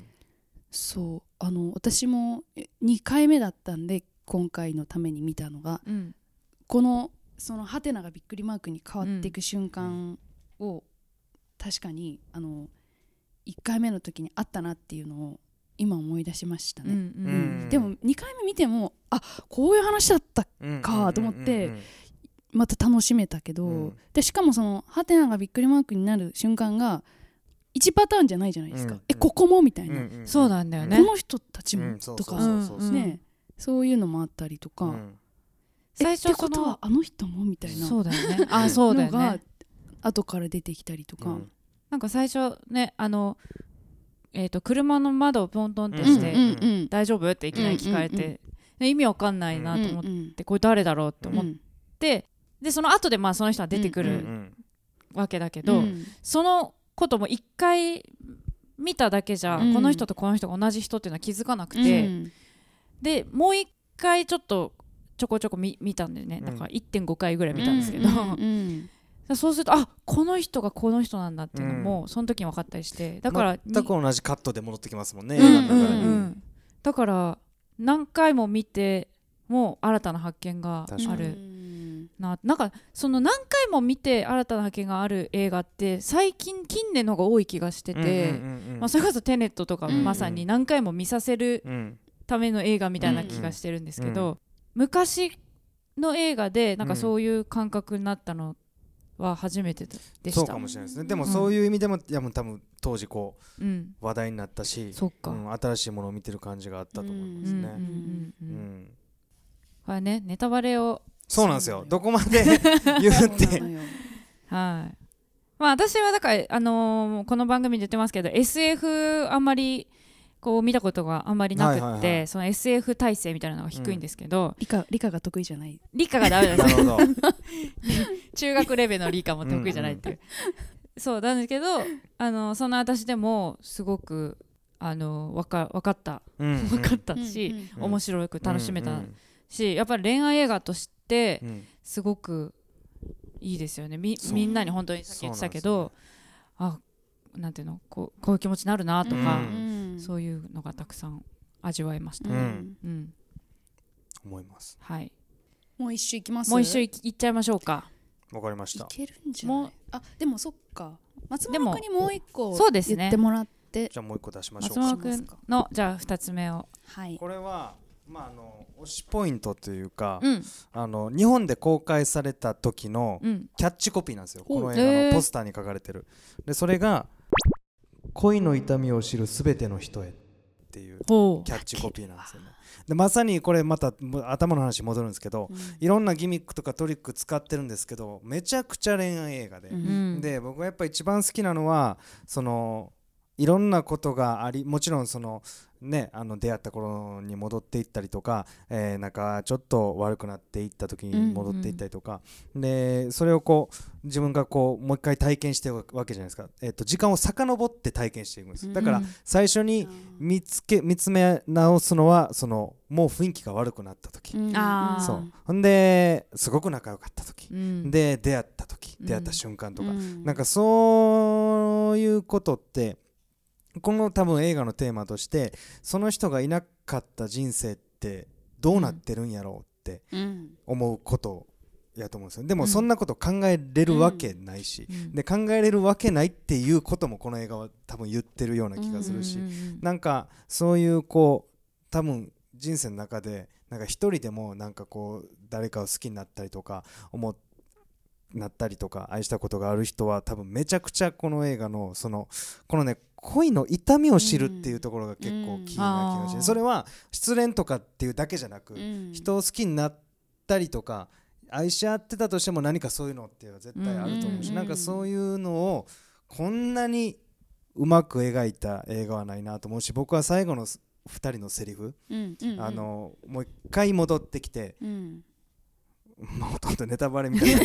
Speaker 3: そうあの私もえ2回目だったんで今回のために見たのが
Speaker 2: うん
Speaker 3: このそのハテナがびっくりマークに変わっていく瞬間を確かにあの1回目の時にあったなっていうのを今思い出しました
Speaker 2: うんう
Speaker 3: ね、
Speaker 4: うんん
Speaker 3: でも2回目見てもあこういう話だった
Speaker 4: うん
Speaker 3: かと思って
Speaker 4: うんうんうん
Speaker 3: また楽しめたけど、
Speaker 4: うん
Speaker 3: でしかもそのハテナがびっくりマークになる瞬間が1パターンじゃないじゃないですか、
Speaker 4: うん
Speaker 3: えここもみたい
Speaker 4: うん
Speaker 3: な、
Speaker 4: んんん
Speaker 2: そうなんだよね
Speaker 3: この人たち
Speaker 4: う
Speaker 3: も
Speaker 4: んそう
Speaker 3: と
Speaker 4: そう
Speaker 3: か、
Speaker 4: そうそうそう
Speaker 2: うん
Speaker 3: ねそういうのもあったりとか、
Speaker 4: うん
Speaker 2: 最
Speaker 3: えっ
Speaker 2: 初
Speaker 3: てこ
Speaker 2: そ
Speaker 3: とは
Speaker 2: の
Speaker 3: あの人もみたいな
Speaker 2: そうだよね。あそうだよ
Speaker 3: のが、
Speaker 2: ね。
Speaker 3: 後から出てきたりとか、
Speaker 4: うん
Speaker 2: なんか最初ねあのえっと車の窓をポンポンって
Speaker 3: うん
Speaker 2: し
Speaker 3: うん
Speaker 2: て
Speaker 3: うん
Speaker 2: 大丈夫っていきなり聞かれ
Speaker 3: うんうん
Speaker 2: てね意味わかんないなと思っ
Speaker 3: うんうん
Speaker 2: てこれ誰だろうって思っ
Speaker 3: うん
Speaker 2: てでその後でまあその人は出てく
Speaker 4: うんう
Speaker 2: る
Speaker 4: ん
Speaker 2: わけだけど、
Speaker 3: うん
Speaker 2: そのことも一回見ただけじゃ、
Speaker 3: うん
Speaker 2: この人とこの人が同じ人っていうのは気づかなくて、
Speaker 3: うん
Speaker 2: でもう一回ちょっとちょこちょこ見見たんでねだから1.5回ぐらい見たんですけど、
Speaker 3: うんう ん
Speaker 2: そうするとあこの人がこの人なんだっていうのも、その時に分かったりしてだから
Speaker 4: 全く同じカットで戻ってきますもんね、
Speaker 2: うん
Speaker 4: 映
Speaker 2: うん
Speaker 4: 画の
Speaker 2: う
Speaker 4: 中で
Speaker 2: んうんだから何回も見ても新たな発見が
Speaker 4: 確
Speaker 2: あ
Speaker 4: か
Speaker 2: る。
Speaker 3: うん
Speaker 2: ななんかその何回も見て新たな発見がある映画って最近近年の方が多い気がしてて、
Speaker 4: うんうんうんうん
Speaker 2: まあ、それこそ「テネット」とか
Speaker 3: うん
Speaker 2: まさに何回も見させる
Speaker 4: うん
Speaker 2: ための映画みたいな気がしてるんですけど、
Speaker 4: うん
Speaker 2: 昔の映画でなんかそういう感覚になったのは初めてで
Speaker 4: そ
Speaker 2: し
Speaker 4: う
Speaker 2: た。
Speaker 4: かもしれないですねでもそういう意味でも、いやもう多分当時こう
Speaker 2: うん、
Speaker 4: 話題になったし
Speaker 2: そっか、
Speaker 4: うん、新しいものを見てる感じがあったと思います
Speaker 2: うんうんう
Speaker 4: ね。
Speaker 2: んう
Speaker 4: うんん
Speaker 2: これねネタバレを
Speaker 4: そうなんですよ。どこまで 言
Speaker 3: そうう
Speaker 4: って
Speaker 3: な のよ
Speaker 2: はい。まあ私はだから、あのーもうこの番組で言ってますけど SF あんまりこう見たことがあんまりなくって、
Speaker 4: はいはいはい
Speaker 2: その SF 体制みたいなのが低いんですけど、
Speaker 3: 理科理科が得意じゃない
Speaker 2: 理科がダメなんです
Speaker 4: なるほど。
Speaker 2: 中学レベルの理科も得意じゃないっていうそうなんですけどあのそんな私でもすごくあのわか分かった
Speaker 4: うん
Speaker 2: 分かったし、
Speaker 3: うん
Speaker 4: うん
Speaker 2: 面白く楽しめ
Speaker 4: う
Speaker 2: た
Speaker 4: ん
Speaker 2: し、やっぱり恋愛映画として
Speaker 4: うん
Speaker 2: すごくいいですよねみ
Speaker 4: そう
Speaker 2: みんなに本当にさっき言ってたけどあなんていうのこうこういう気持ちになるなとか、
Speaker 3: うん
Speaker 2: そういうのがたくさん味わえました、
Speaker 4: う
Speaker 2: うんん
Speaker 4: 思います。
Speaker 2: はい、
Speaker 3: もう一周いきます
Speaker 2: もう一周いいっちゃいましょうか
Speaker 4: わかりまし
Speaker 3: い
Speaker 4: た。
Speaker 3: けるんじゃな
Speaker 2: も
Speaker 3: いうあでもそっか松
Speaker 2: でも
Speaker 3: 本君にもう一個
Speaker 2: そうですね
Speaker 3: 言ってもらって
Speaker 4: じゃあもう一個出しましょう
Speaker 2: 松本。
Speaker 4: か
Speaker 3: します
Speaker 2: 君
Speaker 3: か
Speaker 2: のじゃあ2つ目を
Speaker 3: はい
Speaker 4: これはまああの推しポイントというか、
Speaker 2: うん
Speaker 4: あの日本で公開された時の
Speaker 2: うん
Speaker 4: キャッチコピーなんですよ。こ
Speaker 2: ほう
Speaker 4: の映画
Speaker 2: へ
Speaker 4: の
Speaker 2: ー
Speaker 4: ポスターに書かれてる。でそれが恋の痛みを知るすべての人へっていう
Speaker 2: ほ
Speaker 4: キャッチコピーなんですよね。でまさにこれまたもう頭の話戻るんですけど、
Speaker 3: うん
Speaker 4: いろんなギミックとかトリック使ってるんですけどめちゃくちゃ恋愛映画で、
Speaker 3: うん
Speaker 2: うん
Speaker 4: で僕がやっぱ一番好きなのはそのいろんなことがありもちろんそのね、あの出会った頃に戻っていったりとか、えーなんかちょっと悪くなっていった時に戻っていったりとか、でそれをこう自分がこうもう一回体験してるわけじゃないですか、えっと時間を遡って体験していくんですだから最初に見つけ見つめ直すのはそのもう雰囲気が悪くなった時、
Speaker 3: うん
Speaker 2: あー
Speaker 4: そうほんですごく仲良かった時、
Speaker 2: うん
Speaker 4: で出会った時
Speaker 2: うん
Speaker 4: 出会った瞬間とか、
Speaker 3: うん
Speaker 4: なんかそういうことって今後多分映画のテーマとしてその人がいなかった人生ってどうなってるんやろうって
Speaker 3: うん
Speaker 4: 思うことやと思うんですよでも
Speaker 2: うん
Speaker 4: そんなこと考えれるわけないし、
Speaker 2: うん
Speaker 4: で考えれるわけないっていうこともこの映画は多分言ってるような気がするし、
Speaker 2: うんうんうん
Speaker 4: なんかそういうこう多分人生の中でなんか一人でもなんかこう誰かを好きになったりとか思っなったりとか愛したことがある人は多分めちゃくちゃこの映画のそのこのね恋の痛みを知るっていうところが結構キーな気がして、
Speaker 2: うん
Speaker 4: それは失恋とかっていうだけじゃなく、人を好きになったりとか愛し合ってたとしても何かそういうのっていうのは絶対あると思うし、
Speaker 2: うん
Speaker 4: なんかそういうのをこんなにうまく描いた映画はないなと思うし僕は最後の2人のセリフ、
Speaker 3: うんうん
Speaker 4: あのもう一回戻ってきて、
Speaker 3: うん
Speaker 4: まあ、ほとんどネタバレみたい な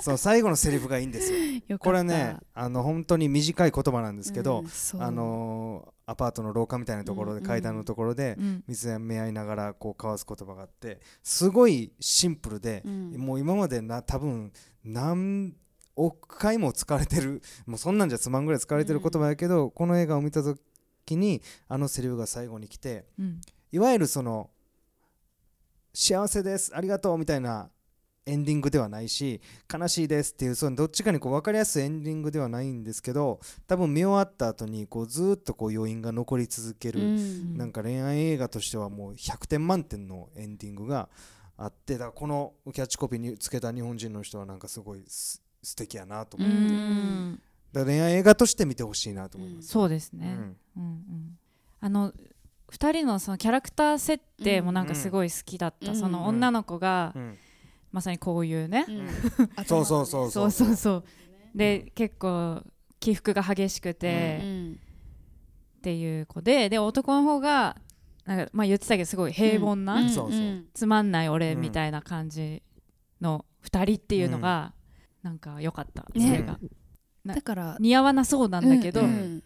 Speaker 4: そう最後のセリフがいいんですよ。
Speaker 3: よかった
Speaker 4: これねあの本当に短い言葉なんですけ
Speaker 3: う
Speaker 4: ど、
Speaker 3: んそう
Speaker 4: あのアパートの廊下みたいなところで、
Speaker 3: うん
Speaker 4: 階段のところで、
Speaker 2: うん
Speaker 4: 見つめ合いながらこう交わす言葉があってすごいシンプルで、
Speaker 3: うん
Speaker 4: もう今までな多分何億回も疲れてるもうそんなんじゃつまんぐらい疲れてる言葉やけど、この映画を見た時にあのセリフが最後に来て
Speaker 2: うん
Speaker 4: いわゆるその「幸せですありがとう」みたいなエンディングではないし悲しいですっていうそのどっちかにこう分かりやすいエンディングではないんですけど多分見終わった後にこうずーっとこう余韻が残り続ける
Speaker 3: うん
Speaker 4: なんか恋愛映画としてはもう100点満点のエンディングがあってだからこのキャッチコピーにつけた日本人の人はなんかすごいす素敵やなと思
Speaker 2: う
Speaker 4: う、
Speaker 2: ん
Speaker 4: だから恋愛映画として見てほしいなと思います、
Speaker 2: そうです
Speaker 4: うん
Speaker 2: ね、うんうん、あの2人のそのキャラクター設定もなんかすごい好きだった、
Speaker 3: うん
Speaker 2: その女の子が
Speaker 4: うん
Speaker 2: まさにこういうね、
Speaker 3: うん
Speaker 4: そうそうそう
Speaker 2: そうそうそうで結構起伏が激しく
Speaker 3: う
Speaker 2: て
Speaker 3: ん
Speaker 2: っていう子でで男の方がなんか、まあ、言ってたけどすごい平凡な、
Speaker 3: ん
Speaker 4: そうそうん
Speaker 2: つまんない俺みたいな感じの2人っていうのが、なんか良かった、
Speaker 3: ね
Speaker 2: それが
Speaker 3: だから
Speaker 2: 似合わなそうなんだけど、
Speaker 3: う
Speaker 2: っ
Speaker 3: ん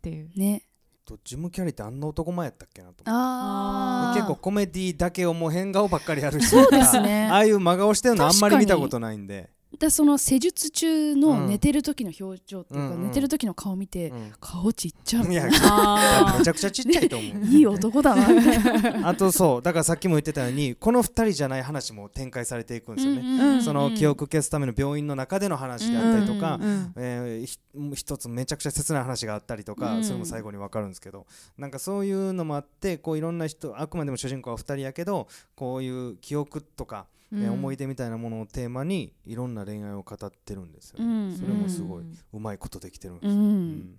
Speaker 2: ていう。
Speaker 3: ね
Speaker 4: とジム・キャリーってあんな男前やったっけなと思って
Speaker 3: ああ
Speaker 4: 結構コメディだけをもう変顔ばっかりやるし
Speaker 3: ですね
Speaker 4: ああいう真顔してるのあんまり
Speaker 3: 確か
Speaker 4: 見た
Speaker 3: に
Speaker 4: ことないんで、
Speaker 3: だその施術中
Speaker 4: う
Speaker 3: の
Speaker 4: ん
Speaker 3: 寝てる時の表情っていうか、
Speaker 4: うんうん
Speaker 3: 寝てる時の顔見て、
Speaker 4: う
Speaker 3: 顔ちっちゃ
Speaker 4: ん、いや
Speaker 2: あ
Speaker 4: めちゃくちゃちっちゃいと思う
Speaker 3: いい男だなみたいな
Speaker 4: あとそうだからさっきも言ってたようにこの2人じゃない話も展開されていくんですよね、
Speaker 2: うん
Speaker 4: その記憶消すための病院の中での話であったりとか、えーひ一つめちゃくちゃ切ない話があったりとか、
Speaker 3: うん
Speaker 4: それも最後に分かるんですけどなんかそういうのもあってこういろんな人あくまでも主人公は2人やけどこういう記憶とか、えー思い出みたいなものをテーマにいろんな恋愛を語ってるんですよね、
Speaker 3: うん
Speaker 4: それもすごい、う
Speaker 2: うん
Speaker 4: まいことできてるんで
Speaker 3: う
Speaker 4: すよ、
Speaker 3: ん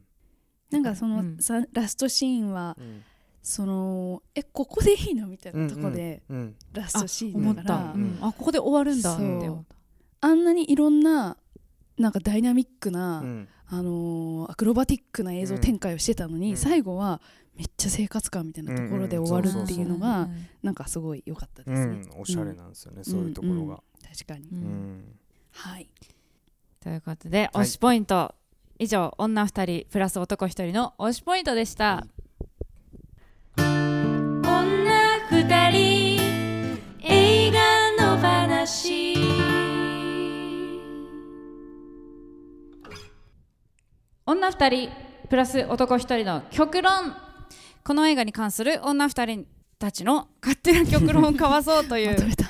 Speaker 3: なんかその、
Speaker 2: うん
Speaker 3: さラストシーンは
Speaker 4: うんうん
Speaker 3: そのえここでいいのみたいなとこで
Speaker 4: うん
Speaker 3: ラストシー
Speaker 2: 思
Speaker 3: ン
Speaker 2: っ
Speaker 3: だから、
Speaker 2: た、
Speaker 4: うん
Speaker 2: あここで終わるんだって
Speaker 3: そう
Speaker 2: 思った
Speaker 3: あんなにいろんななんかダイナミックな、
Speaker 4: うん
Speaker 3: あのーアクロバティックな映像展開をしてたのに、
Speaker 4: うん
Speaker 3: 最後はめっちゃ生活感みたいなところで
Speaker 4: うんうん
Speaker 3: 終わるっていうの
Speaker 2: う
Speaker 3: が
Speaker 2: ん
Speaker 3: なんかすごい良かったで
Speaker 4: う
Speaker 3: すね、
Speaker 4: んおしゃれなんですよね、そういうところが、
Speaker 3: 確かに、
Speaker 2: う
Speaker 4: うん
Speaker 2: ん
Speaker 3: はい
Speaker 2: ということで、
Speaker 4: は
Speaker 2: 推
Speaker 4: い
Speaker 2: しポイント以上女二人プラス男一人の推しポイントでした、
Speaker 4: はい
Speaker 1: 女二人映画の話
Speaker 2: 女二人プラス男一人の極論この映画に関する女二人たちの勝手な極論を交わそうとい
Speaker 3: ま
Speaker 2: う
Speaker 3: とめた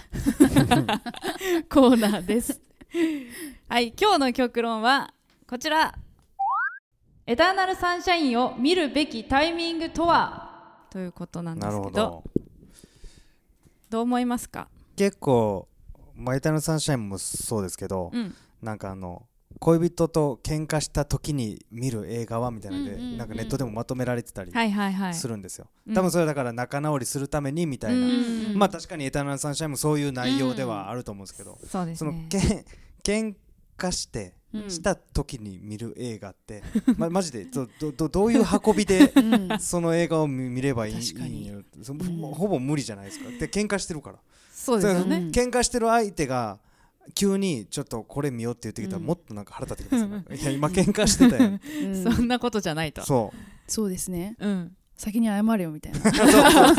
Speaker 2: コーナーです。はい、今日の極論はこちら。エターナルサンシャインを見るべきタイミングとはということなんで
Speaker 4: な
Speaker 2: す
Speaker 4: る
Speaker 2: け
Speaker 4: ほ
Speaker 2: ど、
Speaker 4: ど
Speaker 2: どう思いますか？
Speaker 4: 結構「マイタのサンシャイン」もそうですけど、
Speaker 2: うん、
Speaker 4: なんかあの恋人と喧嘩した時に見る映画はみたいなので、
Speaker 3: うんうんうん
Speaker 4: なんかネットでもまとめられてたり
Speaker 2: はいはいはい。
Speaker 4: するんですよ、
Speaker 2: うん
Speaker 4: 多分それはだから仲直りするためにみたいな、
Speaker 2: うん
Speaker 4: まあ確かに「エターナルサンシャイン」もそういう内容ではあると思うんですけど、
Speaker 2: そうです
Speaker 4: その
Speaker 2: ね。
Speaker 4: けん喧化して
Speaker 3: うん
Speaker 4: した時に見る映画って、ま、マジでどどどどういう運びで
Speaker 3: うん
Speaker 4: その映画を見見ればいい
Speaker 3: 確かに
Speaker 4: いいんやそもうほぼ無理じゃないですかで喧嘩してるから
Speaker 2: そうですよね、
Speaker 3: うん
Speaker 4: 喧嘩してる相手が急にちょっとこれ見ようって言ってきたら
Speaker 3: うん
Speaker 4: もっとなんか腹立ってくるんです よ、いや今喧嘩してたよん
Speaker 3: うん
Speaker 2: そんなことじゃないと
Speaker 4: そ
Speaker 3: そうですね
Speaker 2: うん
Speaker 3: 先に謝れよみ たいな
Speaker 4: うそうそう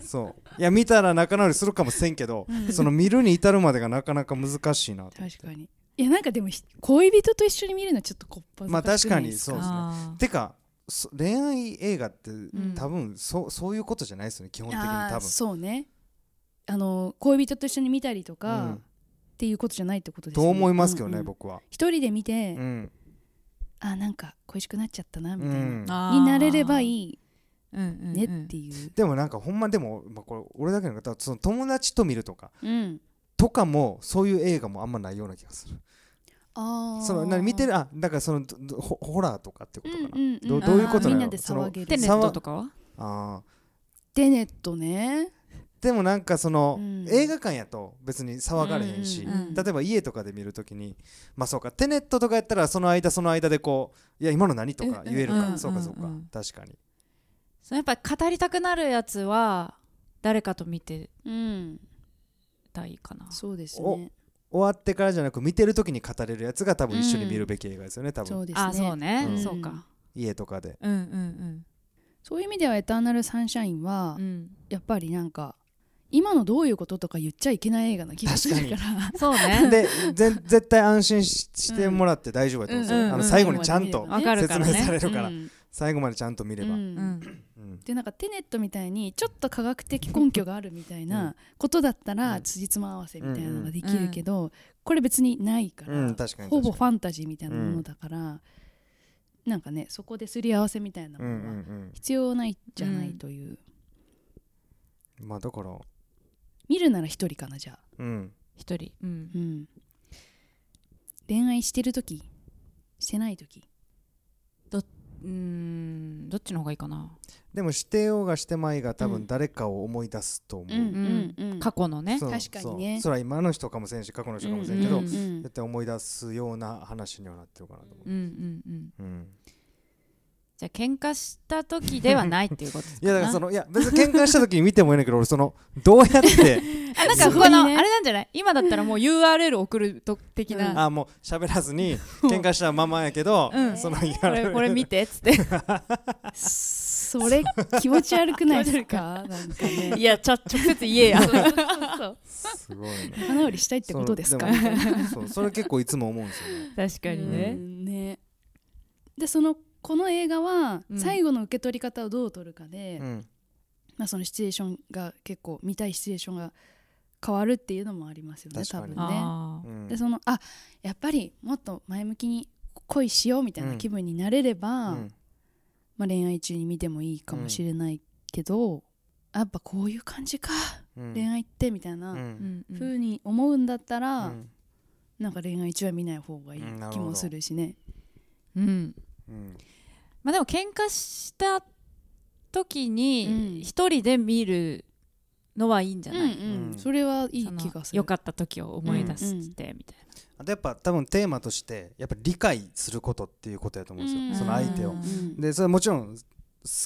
Speaker 4: そう そういや見たら仲直りするかもせんけどその見るに至るまでがなかなか難しいなと
Speaker 3: 確かにいやなんかでもひ恋人と一緒に見るのはちょっとこっぱずかしくないですか、
Speaker 4: まあ確かにそう
Speaker 2: あ
Speaker 4: てかそ恋愛映画って
Speaker 2: ん
Speaker 4: 多分そ,、うそういうことじゃないですよね基本的に
Speaker 3: あ
Speaker 4: 多
Speaker 3: ー
Speaker 4: 分
Speaker 3: そうねあの恋人と一緒に見たりとか、
Speaker 4: うん
Speaker 3: っていうことじゃないってことです
Speaker 4: と思いますけどね、
Speaker 3: うんうん
Speaker 4: 僕は、
Speaker 3: 一人で見て、
Speaker 4: うん
Speaker 3: あなんか恋しくなっちゃったな
Speaker 4: う
Speaker 3: みたいな、
Speaker 4: ん
Speaker 2: ー、あー
Speaker 3: になれればいい
Speaker 2: うんうんうん
Speaker 3: ねっていう、
Speaker 4: でもなんかほんまでも、まあ、これ俺だけの方その友達と見るとか
Speaker 3: うん
Speaker 4: とかもそういう映画もあんまないような気がする
Speaker 3: あー
Speaker 4: そのな見てるあだからそのどどホホラーとかってこ
Speaker 3: う
Speaker 4: と
Speaker 3: ん
Speaker 4: かな、
Speaker 3: うんうん
Speaker 4: ど
Speaker 2: どういうことなの
Speaker 3: みんなで騒げ
Speaker 2: テ
Speaker 3: る
Speaker 2: ネットとかは
Speaker 4: あー
Speaker 3: テネットね
Speaker 4: でもなんかその、
Speaker 3: うん
Speaker 4: 映画館やと別に騒がれへんし、
Speaker 2: うんうんうん
Speaker 4: 例えば家とかで見るときにまあそうかテネットとかやったらその間その間でこういや今の何とか言え
Speaker 2: う
Speaker 4: るか、
Speaker 2: んうんうん
Speaker 4: そうかそうか、
Speaker 2: うん
Speaker 4: 確かに
Speaker 2: そのやっぱり語りたくなるやつは誰かと見て
Speaker 3: うん
Speaker 2: たいかな
Speaker 3: そうです
Speaker 4: お
Speaker 3: ね
Speaker 4: 終わってからじゃなく見てるときに語れるやつが多分一緒に見るべき映画ですよね、多
Speaker 3: そ
Speaker 4: 分
Speaker 3: うですね
Speaker 2: あそうね、
Speaker 4: うん
Speaker 2: そうか
Speaker 4: 家とかで
Speaker 2: うんうん
Speaker 3: そういう意味では「エターナルサンシャインは」
Speaker 2: うんうん
Speaker 3: やっぱりなんか今のどういうこととか言っちゃいけない映画な気がするから
Speaker 2: そうね
Speaker 4: でぜ 絶対安心ししてもらって大丈夫だと思うんですよ、
Speaker 2: うんうん
Speaker 4: あの最後にちゃんと
Speaker 2: わかるから
Speaker 4: 説明
Speaker 2: ね
Speaker 4: されるから、
Speaker 3: うん
Speaker 4: 最後までちゃんと見れば、
Speaker 3: う
Speaker 4: うん
Speaker 3: ん
Speaker 2: うん
Speaker 3: でなんかテネットみたいにちょっと科学的根拠があるみたいなことだった
Speaker 4: う
Speaker 3: ら
Speaker 4: ん
Speaker 3: 辻褄合わせみたいなのができるけど、これ別にないから、
Speaker 4: うん確かに
Speaker 3: ほぼ
Speaker 4: 確
Speaker 3: ファンタジーみたいなものだから、なんかねそこですり合わせみたいな
Speaker 4: う
Speaker 3: も
Speaker 4: んう
Speaker 3: のは
Speaker 4: ん
Speaker 3: 必要ないじゃな
Speaker 2: う
Speaker 3: い
Speaker 2: ん
Speaker 3: という、
Speaker 4: うんまあだから
Speaker 3: 見るなら一人かなじゃあ、
Speaker 4: うん
Speaker 2: 一人うん
Speaker 3: うん、恋愛してる時してない時
Speaker 2: うーんどっちの方がいいかな
Speaker 4: でもしてようがしてまいが多
Speaker 3: う
Speaker 4: 分
Speaker 3: ん
Speaker 4: 誰かを思い出すと思う、
Speaker 2: ん
Speaker 3: うん
Speaker 2: 過去のね
Speaker 4: そう
Speaker 3: 確かにね
Speaker 4: そうそれは今の人かもせんし過去の人かもせんけ
Speaker 2: う
Speaker 4: ど
Speaker 2: んうん
Speaker 4: 絶対思い出すような話にはなってるかなと思
Speaker 2: うんうんうん
Speaker 4: う、うん、
Speaker 2: じゃあ喧嘩した時ではないっていうことです
Speaker 4: い
Speaker 2: か
Speaker 4: や
Speaker 2: な
Speaker 4: だからそのいや別に喧嘩した時に見てもいいんだけど俺そのどうやって
Speaker 2: あなんか
Speaker 3: すご
Speaker 2: こ
Speaker 3: いね
Speaker 2: のあれなんじゃない今だったらもう URL 送ると的な、
Speaker 4: あもう喋らずに喧嘩したままやけど、
Speaker 2: うん
Speaker 4: その
Speaker 2: これこれ見てっつって
Speaker 3: それ気持ち悪くないですかなんかね
Speaker 2: いやちゃ直接言えや
Speaker 4: すごいね
Speaker 3: 仲直りしたいってことですか
Speaker 4: そのでもそうそれ結構いつも思うんですよね
Speaker 2: 確かにね
Speaker 3: う、んねでそのこの映画は
Speaker 2: うん
Speaker 3: 最後の受け取り方をどう取るかで、
Speaker 4: うん
Speaker 3: まあ、そのシチュエーションが結構見たいシチュエーションが変わるっていうのもありますよね
Speaker 4: 確
Speaker 3: 多
Speaker 4: かに
Speaker 3: 分ね。
Speaker 2: あ
Speaker 4: うん
Speaker 3: でそのあやっぱりもっと前向きに恋しようみたいな気分になれれば、
Speaker 4: うん
Speaker 3: まあ、恋愛中に見てもいいかもしれないけど、やっぱこういう感じか、
Speaker 4: うん
Speaker 3: 恋愛ってみたい
Speaker 4: うん
Speaker 3: な
Speaker 2: ーうんうん
Speaker 3: 風に思うんだったら、
Speaker 4: うん
Speaker 3: なんか恋愛中は見ない方がいい
Speaker 4: うんなる
Speaker 3: 気
Speaker 4: ほど
Speaker 3: もするしね。
Speaker 2: うん
Speaker 4: うん
Speaker 2: まあでも喧嘩した時
Speaker 3: うん
Speaker 2: に一人で見るのはいいんじゃない、
Speaker 4: うん
Speaker 3: それはいい
Speaker 2: その
Speaker 3: 気がする。
Speaker 2: 良かった時を思い出すってみたいな、
Speaker 4: あとやっぱ多分テーマとしてやっぱ理解することっていうことやと思うんですよ、
Speaker 3: うん
Speaker 4: その相手を
Speaker 2: うん。
Speaker 4: でそれはもちろん好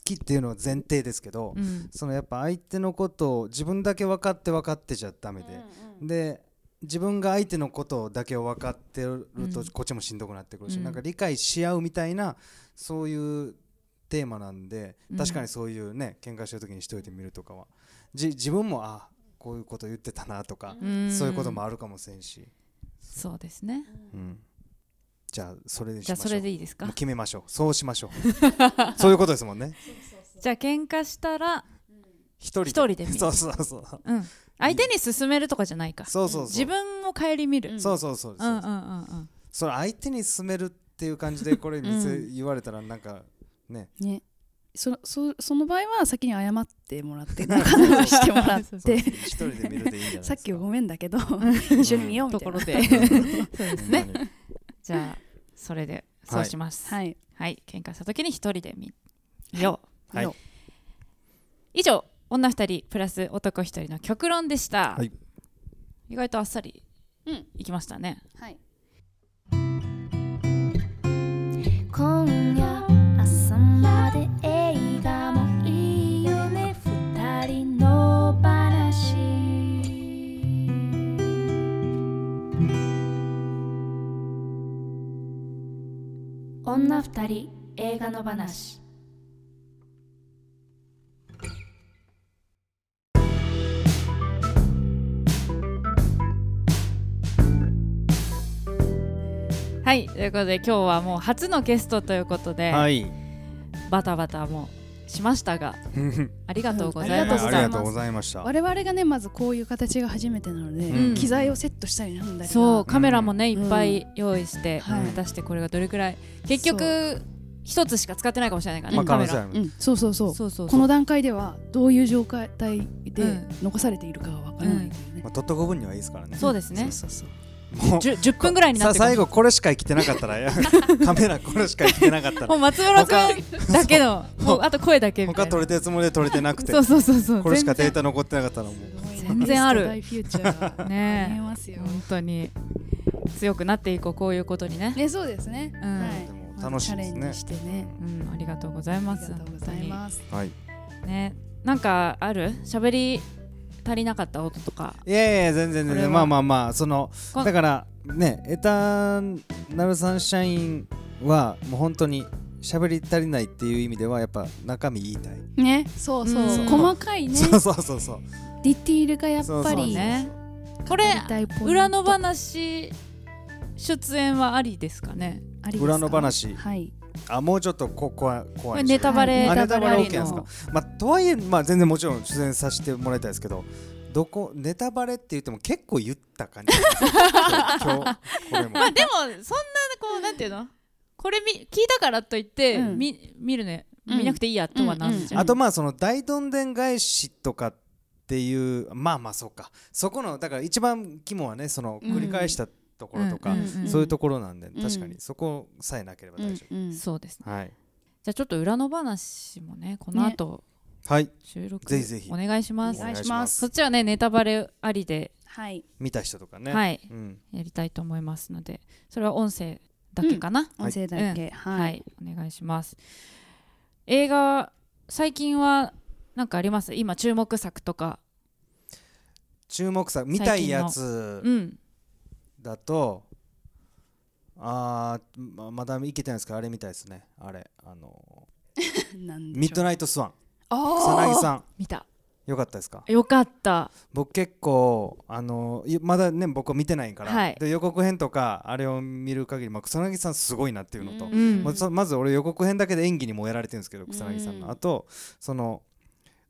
Speaker 4: きっていうのは前提ですけど、
Speaker 2: うん
Speaker 4: そのやっぱ相手のことを自分だけ分かって分かってちゃダメで、で自分が相手のことだけを分かってると
Speaker 2: うん
Speaker 4: こっちもしんどくなってくるし、
Speaker 2: うん
Speaker 4: なんか理解し合うみたいなそういうテーマなんで
Speaker 2: うん
Speaker 4: 確かにそういうね喧嘩してる時にしといてみるとかはじ自分もあこういうこと言ってたなとか、
Speaker 2: うん
Speaker 4: そういうこともあるかもせんし、
Speaker 2: そうですね
Speaker 4: うんじゃあそれでし
Speaker 2: じゃあ
Speaker 4: ましょう
Speaker 2: それでいいです
Speaker 4: も
Speaker 2: か
Speaker 4: う決めましょうそう しましょうそういうことですもんね
Speaker 2: じゃあ喧嘩したら
Speaker 4: 一人
Speaker 2: 一人で見る
Speaker 4: そうそうそうそう
Speaker 2: うん、相手に勧めるとかじゃないか
Speaker 4: そうそう
Speaker 2: 自分を顧みる、
Speaker 4: そうそうそう
Speaker 2: うん
Speaker 4: そうう
Speaker 2: う
Speaker 4: ん
Speaker 2: んうん
Speaker 4: それ相手に勧めるっていう感じでこれ見せ言われたらなんかね
Speaker 3: ね、そそその場合は先に謝ってもら って仲直りしてもらっ
Speaker 2: そう
Speaker 4: そう
Speaker 3: て
Speaker 4: 一人で見るでいいんじゃないですか
Speaker 3: さっきはごめんだけど一緒に見ようみ
Speaker 2: と
Speaker 3: たい
Speaker 2: こ
Speaker 3: な
Speaker 2: ろ。で
Speaker 4: ね
Speaker 2: じゃあそれで
Speaker 4: は
Speaker 2: そ
Speaker 4: いう
Speaker 2: します、
Speaker 3: はいい、
Speaker 2: 喧嘩した時に一人で見よう
Speaker 4: はい
Speaker 3: よ
Speaker 2: 以上女二人プラス男一人の極論でした、
Speaker 4: はい
Speaker 2: 意外とあっさり
Speaker 3: うん
Speaker 2: いきましたね
Speaker 3: はい
Speaker 1: 今夜朝まで映画もいいよね二人の話女二人映画の話
Speaker 2: はいということで今日はもう初のゲストということで、
Speaker 4: はい。
Speaker 2: バタバタもしましたがありがとうございま
Speaker 3: とう
Speaker 2: し
Speaker 3: ご
Speaker 4: あ
Speaker 2: た
Speaker 3: ざ
Speaker 4: り
Speaker 3: い
Speaker 4: が
Speaker 3: ま
Speaker 4: とうございました。
Speaker 3: 我々がねまずこういう形が初めてなので、
Speaker 4: うん
Speaker 3: 機材をセットしたりなんだり
Speaker 2: そうカメラもね、
Speaker 3: うん
Speaker 2: いっぱい用意して、
Speaker 3: はい
Speaker 2: 果たしてこれがどれくらい結局一つしか使ってないかもしれないからね、
Speaker 4: まあ
Speaker 2: カ
Speaker 4: 可
Speaker 2: メ
Speaker 4: 能性
Speaker 2: ラ
Speaker 4: あ
Speaker 3: う
Speaker 4: る。
Speaker 3: ん、そうそうそう
Speaker 2: そうそう
Speaker 3: こ
Speaker 2: そう
Speaker 3: の段階ではどういう状態で
Speaker 2: うん
Speaker 3: 残されているかはわからないというね、
Speaker 4: まあ、取っとく分にはいいですからね。
Speaker 2: そうですね
Speaker 3: そうそうそう
Speaker 4: もう
Speaker 2: じゅ 10, 分ぐらいにな
Speaker 4: さ
Speaker 2: ってくる
Speaker 4: 最後これしか生きてな かったらいやカメラこれしか生きてなかった
Speaker 2: も
Speaker 4: ら
Speaker 2: う松村君だけのもうあと声だけみたい
Speaker 4: 他
Speaker 2: な
Speaker 4: 撮れてるつもりで撮れてなくて
Speaker 2: そうそうそうそう
Speaker 4: これしかデータ残ってなかったらもう
Speaker 2: 全然ある
Speaker 3: ベスト大フューチャー
Speaker 2: ねえ
Speaker 3: 見えますよ、
Speaker 2: 本当に強くなっていこうこういうことにね
Speaker 3: ねそうですね、
Speaker 2: うん
Speaker 3: はい
Speaker 4: でも楽しいですね
Speaker 3: まずチャレンジしてね
Speaker 2: うんありがとうござい
Speaker 3: あ
Speaker 2: ま
Speaker 3: り
Speaker 2: す
Speaker 3: がとうございます
Speaker 4: はい
Speaker 2: 本当にねなんかある喋り足りなかった音とか
Speaker 4: いやいや全然
Speaker 2: こ
Speaker 4: 全
Speaker 2: れは
Speaker 4: 然まあまあまあその
Speaker 2: こん
Speaker 4: だからねエターナルサンシャインはもう本当に喋り足りないっていう意味ではやっぱ中身言いたい、
Speaker 3: ねそうそう、
Speaker 2: うん
Speaker 3: 細かいね
Speaker 4: そうそうそうそう
Speaker 3: ディティールがやっ
Speaker 4: そう
Speaker 3: ぱ
Speaker 4: そう
Speaker 3: り
Speaker 2: ねこれ
Speaker 3: 語りたいポイント
Speaker 2: 裏の話出演はありですかね
Speaker 3: ありますか
Speaker 4: 裏の話
Speaker 3: はい
Speaker 4: あもうちょっとここは
Speaker 2: こ
Speaker 4: 怖
Speaker 2: れ
Speaker 4: いです
Speaker 2: ネ
Speaker 4: ね
Speaker 2: タバレ
Speaker 4: あネタバレ
Speaker 2: あり
Speaker 4: OK なんです
Speaker 2: の
Speaker 4: かまあとはいえまあ全然もちろん出演させてもらいたいですけどどこネタバレって言っても結構言っ た感じ今日これも
Speaker 2: まあでもそんなこうなんていうのこれ見聞いたからといって、
Speaker 3: うん
Speaker 2: み見るね
Speaker 3: うん
Speaker 2: 見なくていいやとはなんじゃん、
Speaker 4: あとまあその大どんでん返しとかっていうまあまあそうかそこのだから一番肝はねその繰り返したところとか、
Speaker 2: うん
Speaker 3: うん
Speaker 4: そういうところなんで、
Speaker 3: ん
Speaker 4: 確かにそこさえなければ
Speaker 3: う
Speaker 4: 大
Speaker 3: ん
Speaker 4: 丈夫、
Speaker 3: うん
Speaker 2: そうですね
Speaker 4: はい
Speaker 2: じゃあちょっと裏の話もねこの後
Speaker 4: はい
Speaker 2: 収録、
Speaker 4: ぜひぜひ
Speaker 2: お願いします
Speaker 3: お願いします
Speaker 2: そっちはねネタバレありで
Speaker 3: はい
Speaker 4: 見た人とかね、
Speaker 2: はい
Speaker 4: うん、
Speaker 2: やりたいと思いますのでそれは音声だけかな、
Speaker 4: はい
Speaker 3: 音声だけ、
Speaker 2: はい、
Speaker 3: はい
Speaker 2: お願いします映画最近はなんかあります今注目作とか
Speaker 4: 注目さ見たいやつ
Speaker 2: うん
Speaker 4: だとあーままだいけてないですかあれみたいですねあれあの
Speaker 3: なんでしょう
Speaker 4: ミッドナイトスワン草
Speaker 3: あ
Speaker 4: 薙
Speaker 3: あ
Speaker 4: さん
Speaker 2: 見た
Speaker 4: よかったですか
Speaker 2: よかった
Speaker 4: 僕結構あのいまだね僕は見てないから、
Speaker 2: はい
Speaker 4: で予告編とかあれを見る限り、まあ、草薙さんすごいなっていうのと、
Speaker 2: うん
Speaker 4: まあそまず俺予告編だけで演技にもやられてるんですけど草薙さんの、
Speaker 3: うん
Speaker 4: あとその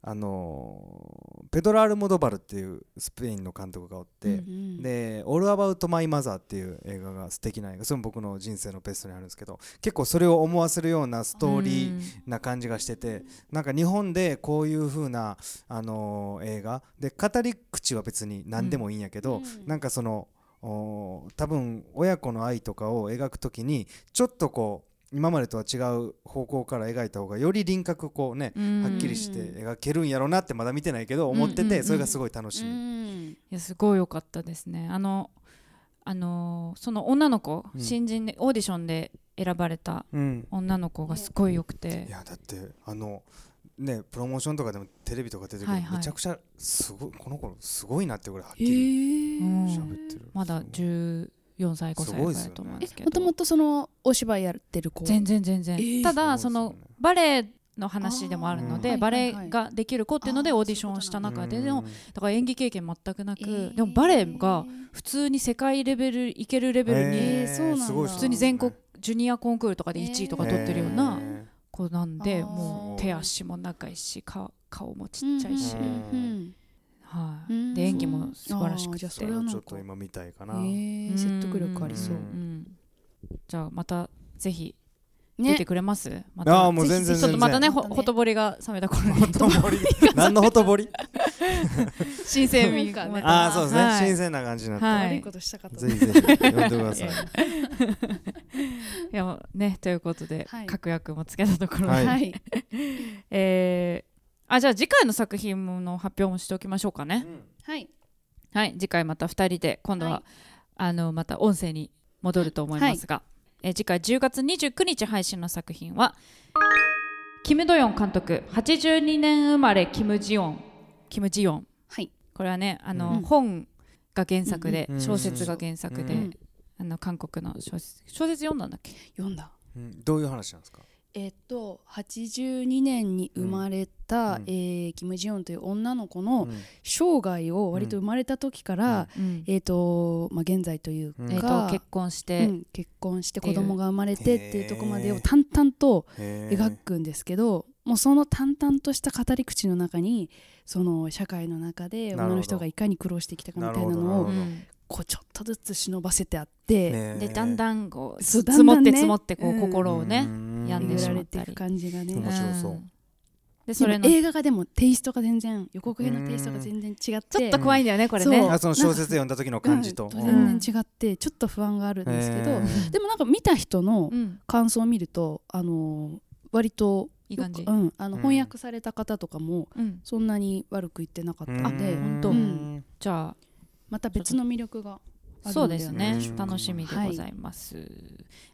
Speaker 4: あのーペドロ・アルモドバルっていうスペインの監督がおって、
Speaker 3: うん
Speaker 4: で「オール・アバウト・マイ・マザー」っていう映画が素敵な映画それも僕の人生のベストにあるんですけど結構それを思わせるようなストーリーな感じがしててなんか日本でこういう風なあのー映画で語り口は別に何でもいいんやけど、
Speaker 3: うん
Speaker 4: なんかそのおー多分親子の愛とかを描くときにちょっとこう今までとは違う方向から描いた方がより輪郭こうね
Speaker 2: うん
Speaker 4: はっきりして描けるんやろうなってまだ見てないけど思って
Speaker 2: うんうんう
Speaker 4: て
Speaker 2: ん
Speaker 4: それがすごい楽し
Speaker 3: う
Speaker 4: み。
Speaker 3: ん
Speaker 2: いやすごい良かったですねあのあのーその女の子、
Speaker 4: うん
Speaker 2: 新人でオーディションで選ばれた
Speaker 4: うん
Speaker 2: 女の子がすごい良くて
Speaker 4: いやだってあのねプロモーションとかでもテレビとか出てくる、
Speaker 2: はいはい
Speaker 4: めちゃくちゃすごいこの頃すごいなってぐらいはっき
Speaker 3: へ
Speaker 4: り
Speaker 3: え
Speaker 2: うん
Speaker 4: 喋ってる、
Speaker 2: まだ14歳5
Speaker 4: す
Speaker 2: 歳
Speaker 4: ご
Speaker 2: ぐらい
Speaker 4: いですよね
Speaker 2: だと思うんですけ
Speaker 3: もと
Speaker 2: ど
Speaker 3: もとそのお芝居やってる子
Speaker 2: 全然全然、
Speaker 3: えー
Speaker 2: ただ
Speaker 4: す
Speaker 2: そ
Speaker 4: ご
Speaker 2: の
Speaker 4: いですよね
Speaker 2: バレエの話でもあるので、
Speaker 3: うん
Speaker 2: バレ
Speaker 3: は
Speaker 2: エ
Speaker 3: いはいはい
Speaker 2: ができる子っていうので
Speaker 3: あー
Speaker 2: オーディションをした中での
Speaker 4: うん
Speaker 2: だから演技経験全くなく、
Speaker 3: えー
Speaker 2: でもバレエが普通に世界レベルいけるレベルに、
Speaker 3: えーそうなんだ
Speaker 4: すごい人
Speaker 2: 普通に全国ジュニアコンクールとかで1位とか取ってるような
Speaker 4: へー
Speaker 2: 子なんで、
Speaker 3: えー
Speaker 2: もう手足も長いし顔顔もちっちゃいし、
Speaker 4: うんうん
Speaker 2: はい、
Speaker 3: うん
Speaker 2: で演技も素晴らしくて
Speaker 3: あーじゃあそ
Speaker 4: そ
Speaker 3: れ
Speaker 4: れ
Speaker 3: は
Speaker 4: を
Speaker 3: なんか
Speaker 4: ちょっと今見たいかな、
Speaker 3: え
Speaker 2: うん
Speaker 3: 説得力ありそう
Speaker 2: う。んじゃあまたぜひ出
Speaker 3: ね
Speaker 2: て、くれます、ま
Speaker 4: あ
Speaker 2: た
Speaker 4: あもう全然
Speaker 2: ちょっとまたねほ
Speaker 3: またね
Speaker 2: ほとぼりが冷めた頃に
Speaker 4: ほと ぼり何のほとぼり
Speaker 2: 新鮮味
Speaker 3: な
Speaker 2: が
Speaker 3: んかね
Speaker 4: ああそうですね、
Speaker 2: はい
Speaker 4: 新鮮な感じになって、
Speaker 2: はい
Speaker 3: 悪いことしたかった
Speaker 4: ぜひぜひ呼んでください
Speaker 2: いやねということで、
Speaker 3: はい
Speaker 2: 確約もつけたところで、
Speaker 4: は
Speaker 3: はいい、
Speaker 2: えーあじゃあ次回の作品の発表もしておきましょうかね、
Speaker 3: はい、
Speaker 2: はい次回また2人で今度は、
Speaker 3: はい
Speaker 2: あのまた音声に戻ると思いますが、えー次回10月29日配信の作品はキム・ドヨン監督82年生まれキム・ジヨンキム・ジヨン
Speaker 3: はい
Speaker 2: これはねあの、
Speaker 3: うん
Speaker 2: 本が原作で、
Speaker 4: うん
Speaker 2: 小説が原作で、
Speaker 4: うん
Speaker 2: あの韓国の小説小説読んだんだっけ
Speaker 3: 読んだ
Speaker 4: うんどういう話なんですか
Speaker 3: えっと82年に生まれた、
Speaker 4: うん
Speaker 3: えーキム・ジヨンという女の子の
Speaker 4: うん
Speaker 3: 生涯を割と生まれた時から、
Speaker 2: うん
Speaker 3: えっとまあ、現在というか、
Speaker 4: うん
Speaker 2: えーと結婚して、
Speaker 3: うん結婚して子供が生まれてっていうところまで
Speaker 4: へ
Speaker 3: を
Speaker 4: ー
Speaker 3: 淡々と
Speaker 4: へー
Speaker 3: 描くんですけど、もうその淡々とした語り口の中にその社会の中で
Speaker 4: なるほど
Speaker 3: 女の人がいかに苦労してきたかみたいな
Speaker 4: なる
Speaker 3: の
Speaker 4: ほ
Speaker 3: を
Speaker 4: ど
Speaker 2: うん
Speaker 3: こうちょっとずつ忍ばせてあって、
Speaker 4: ね
Speaker 2: でだんだんこう
Speaker 3: そう
Speaker 2: 積もっ
Speaker 3: だんだん
Speaker 2: て
Speaker 3: ね
Speaker 2: 積もってこう、
Speaker 3: うん
Speaker 2: 心をね、
Speaker 4: うん
Speaker 2: 病んで
Speaker 3: 巡
Speaker 2: し
Speaker 3: ら
Speaker 2: まう
Speaker 3: れていく感じがね、
Speaker 4: 面白そう
Speaker 2: で
Speaker 3: そ
Speaker 2: そ
Speaker 3: れ
Speaker 2: れの
Speaker 3: 映画がでもテイストが全然予告編のテイストが全然違って
Speaker 2: ちょっと怖いんだよねこれ
Speaker 3: そ
Speaker 2: ね
Speaker 3: う
Speaker 4: あその小説で読んだ時の感じと、
Speaker 3: うん
Speaker 2: ん
Speaker 3: 全然違ってちょっと不安があるんですけど、
Speaker 4: へー
Speaker 3: でもなんか見た人の
Speaker 2: うん
Speaker 3: 感想を見るとあの割と
Speaker 2: いい感じ
Speaker 3: うん、あの
Speaker 4: うん
Speaker 3: 翻訳された方とかも
Speaker 2: うん
Speaker 3: そんなに悪く言ってなかったので、
Speaker 4: うん
Speaker 2: 本当
Speaker 4: うん
Speaker 2: じゃあ
Speaker 3: また別の魅力があるのでは
Speaker 2: そうですね
Speaker 4: うん
Speaker 2: 楽しみでございます、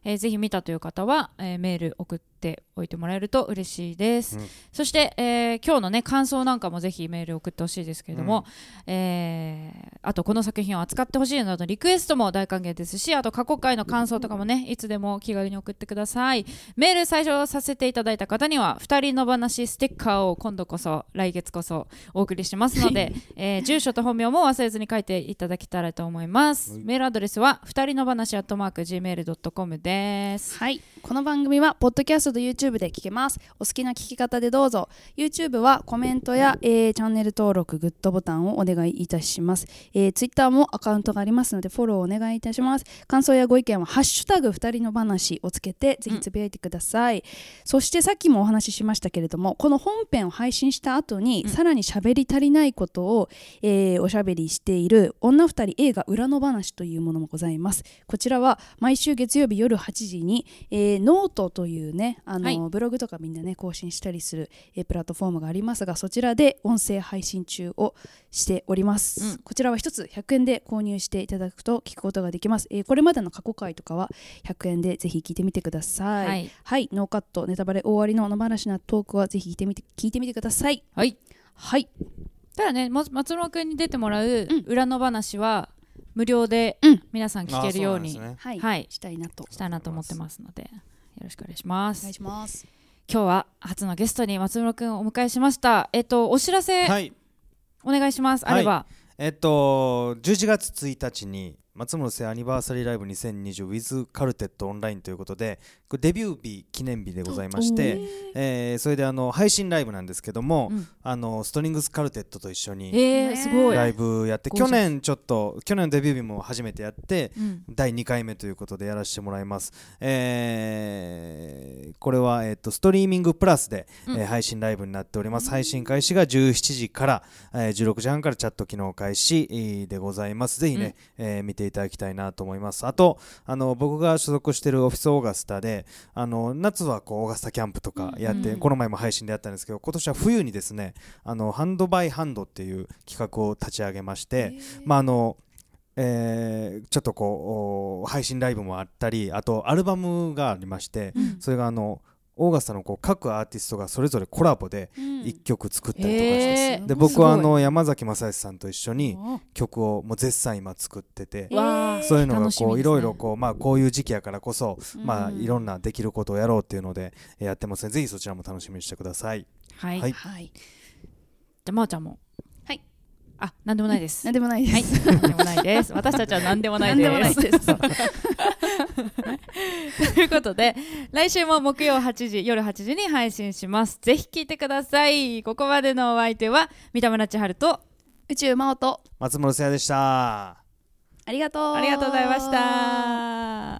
Speaker 2: えーぜひ見たという方は、えーメール送っておいてもらえると嬉しいです、
Speaker 4: うん
Speaker 2: そして、えー今日のね感想なんかもぜひメール送ってほしいですけれども、えーあとこの作品を扱ってほしいなどのリクエストも大歓迎ですしあと過去回の感想とかもねいつでも気軽に送ってくださいメール最初させていただいた方には二人の話ステッカーを今度こそ来月こそお送りしますので、えー住所と本名も忘れずに書いていただけたらと思います、
Speaker 4: はい
Speaker 2: メールアドレスは二人の話アットマーク gmail.com です
Speaker 3: はいこの番組はポッドキャストと YouTube で聞けますお好きな聞き方でどうぞ YouTube はコメントや、えーチャンネル登録グッドボタンをお願いいたします、えー、Twitter もアカウントがありますのでフォローお願いいたします感想やご意見は「ハッシュタグ二人の話」をつけてぜひつぶやいてください、そしてさっきもお話ししましたけれどもこの本編を配信した後に、さらに喋り足りないことを、えーおしゃべりしている女二人映画裏の話というものもございますこちらは毎週月曜日夜8時に、えーノートというねあの、
Speaker 2: はい
Speaker 3: ブログとかみんなね更新したりする、えープラットフォームがありますがそちらで音声配信中をしております、
Speaker 2: うん
Speaker 3: こちらは一つ100円で購入していただくと聞くことができます、えーこれまでの過去回とかは100円でぜひ聞いてみてください、
Speaker 2: はい
Speaker 3: はい、ノーカットネタバレ終わりの野放しなトークはぜひ聞いてみて聞いてみてください。
Speaker 2: はい
Speaker 3: はい、
Speaker 2: ただねも松村君に出てもらう裏の話は無料で
Speaker 3: うん
Speaker 2: 皆さん聞けるように
Speaker 4: あそうなんですね
Speaker 3: はい、
Speaker 2: はい
Speaker 3: したいなと
Speaker 2: したいなと思ってますのでよろしくお願いしま
Speaker 3: お
Speaker 2: す
Speaker 3: 願いします。
Speaker 2: 今日は初のゲストに松村君をお迎えしましたえっとお知らせ
Speaker 4: はい
Speaker 2: お願いします、
Speaker 4: はい
Speaker 2: あれば
Speaker 4: えっと11月1日に松本聖アニバーサリーライブ 2020with カルテットオンラインということでこれデビュー日記念日でございまして、えーそれであの配信ライブなんですけども、
Speaker 2: うん
Speaker 4: あのストリングスカルテットと一緒に
Speaker 2: えー、
Speaker 3: ね
Speaker 2: すごい、
Speaker 4: ライブやって、
Speaker 2: ゴージャ
Speaker 4: 去
Speaker 2: ス
Speaker 4: 年ちょっと去年のデビュー日も初めてやって、
Speaker 2: うん
Speaker 4: 第2回目ということでやらせてもらいます、えーこれは、えっとストリーミングプラスで、えー配信ライブになっております配信開始が17時から、えー16時半からチャット機能開始えーでございますぜひね、えー見ていただきたいなと思いますあとあの僕が所属してるオフィスオーガスタであの夏はこうオーガスタキャンプとかやって、この前も配信でやったんですけど今年は冬にですねあのハンドバイハンドっていう企画を立ち上げまして、まああのえーちょっとこうお配信ライブもあったりあとアルバムがありまして、それがあのオーガスタのこう各アーティストがそれぞれコラボで1曲作ったりとかして、
Speaker 2: えー
Speaker 4: で僕は
Speaker 2: す
Speaker 4: あ
Speaker 2: ご
Speaker 4: の山崎正義さんと一緒に曲をもう絶賛今作ってて。
Speaker 2: いわあ
Speaker 4: そういうのが
Speaker 2: 楽しみ
Speaker 4: こ
Speaker 2: です
Speaker 4: う
Speaker 2: ね
Speaker 4: いろいろこうまあこういう時期やからこそまあ
Speaker 3: うん
Speaker 4: いろんなできることをやろうっていうのでえーやってますのでぜひそちらも楽しみにしてください。
Speaker 2: はい、
Speaker 4: はい
Speaker 2: じ
Speaker 3: はい、
Speaker 2: ゃあまーちゃんも
Speaker 3: はい
Speaker 2: あなんでもないです
Speaker 3: なんでもないです。
Speaker 2: はい、なんでもないです。私たちはなんでもないです。
Speaker 3: なんでもない
Speaker 2: です。 ということで、来週も木曜8時、夜8時に配信します。ぜひ聞いてください。ここまでのお相手は、三田村千春と、
Speaker 3: 宇宙真央と
Speaker 4: 松本誠也でした。
Speaker 3: ありがとう。
Speaker 2: ありがとうございまし。た。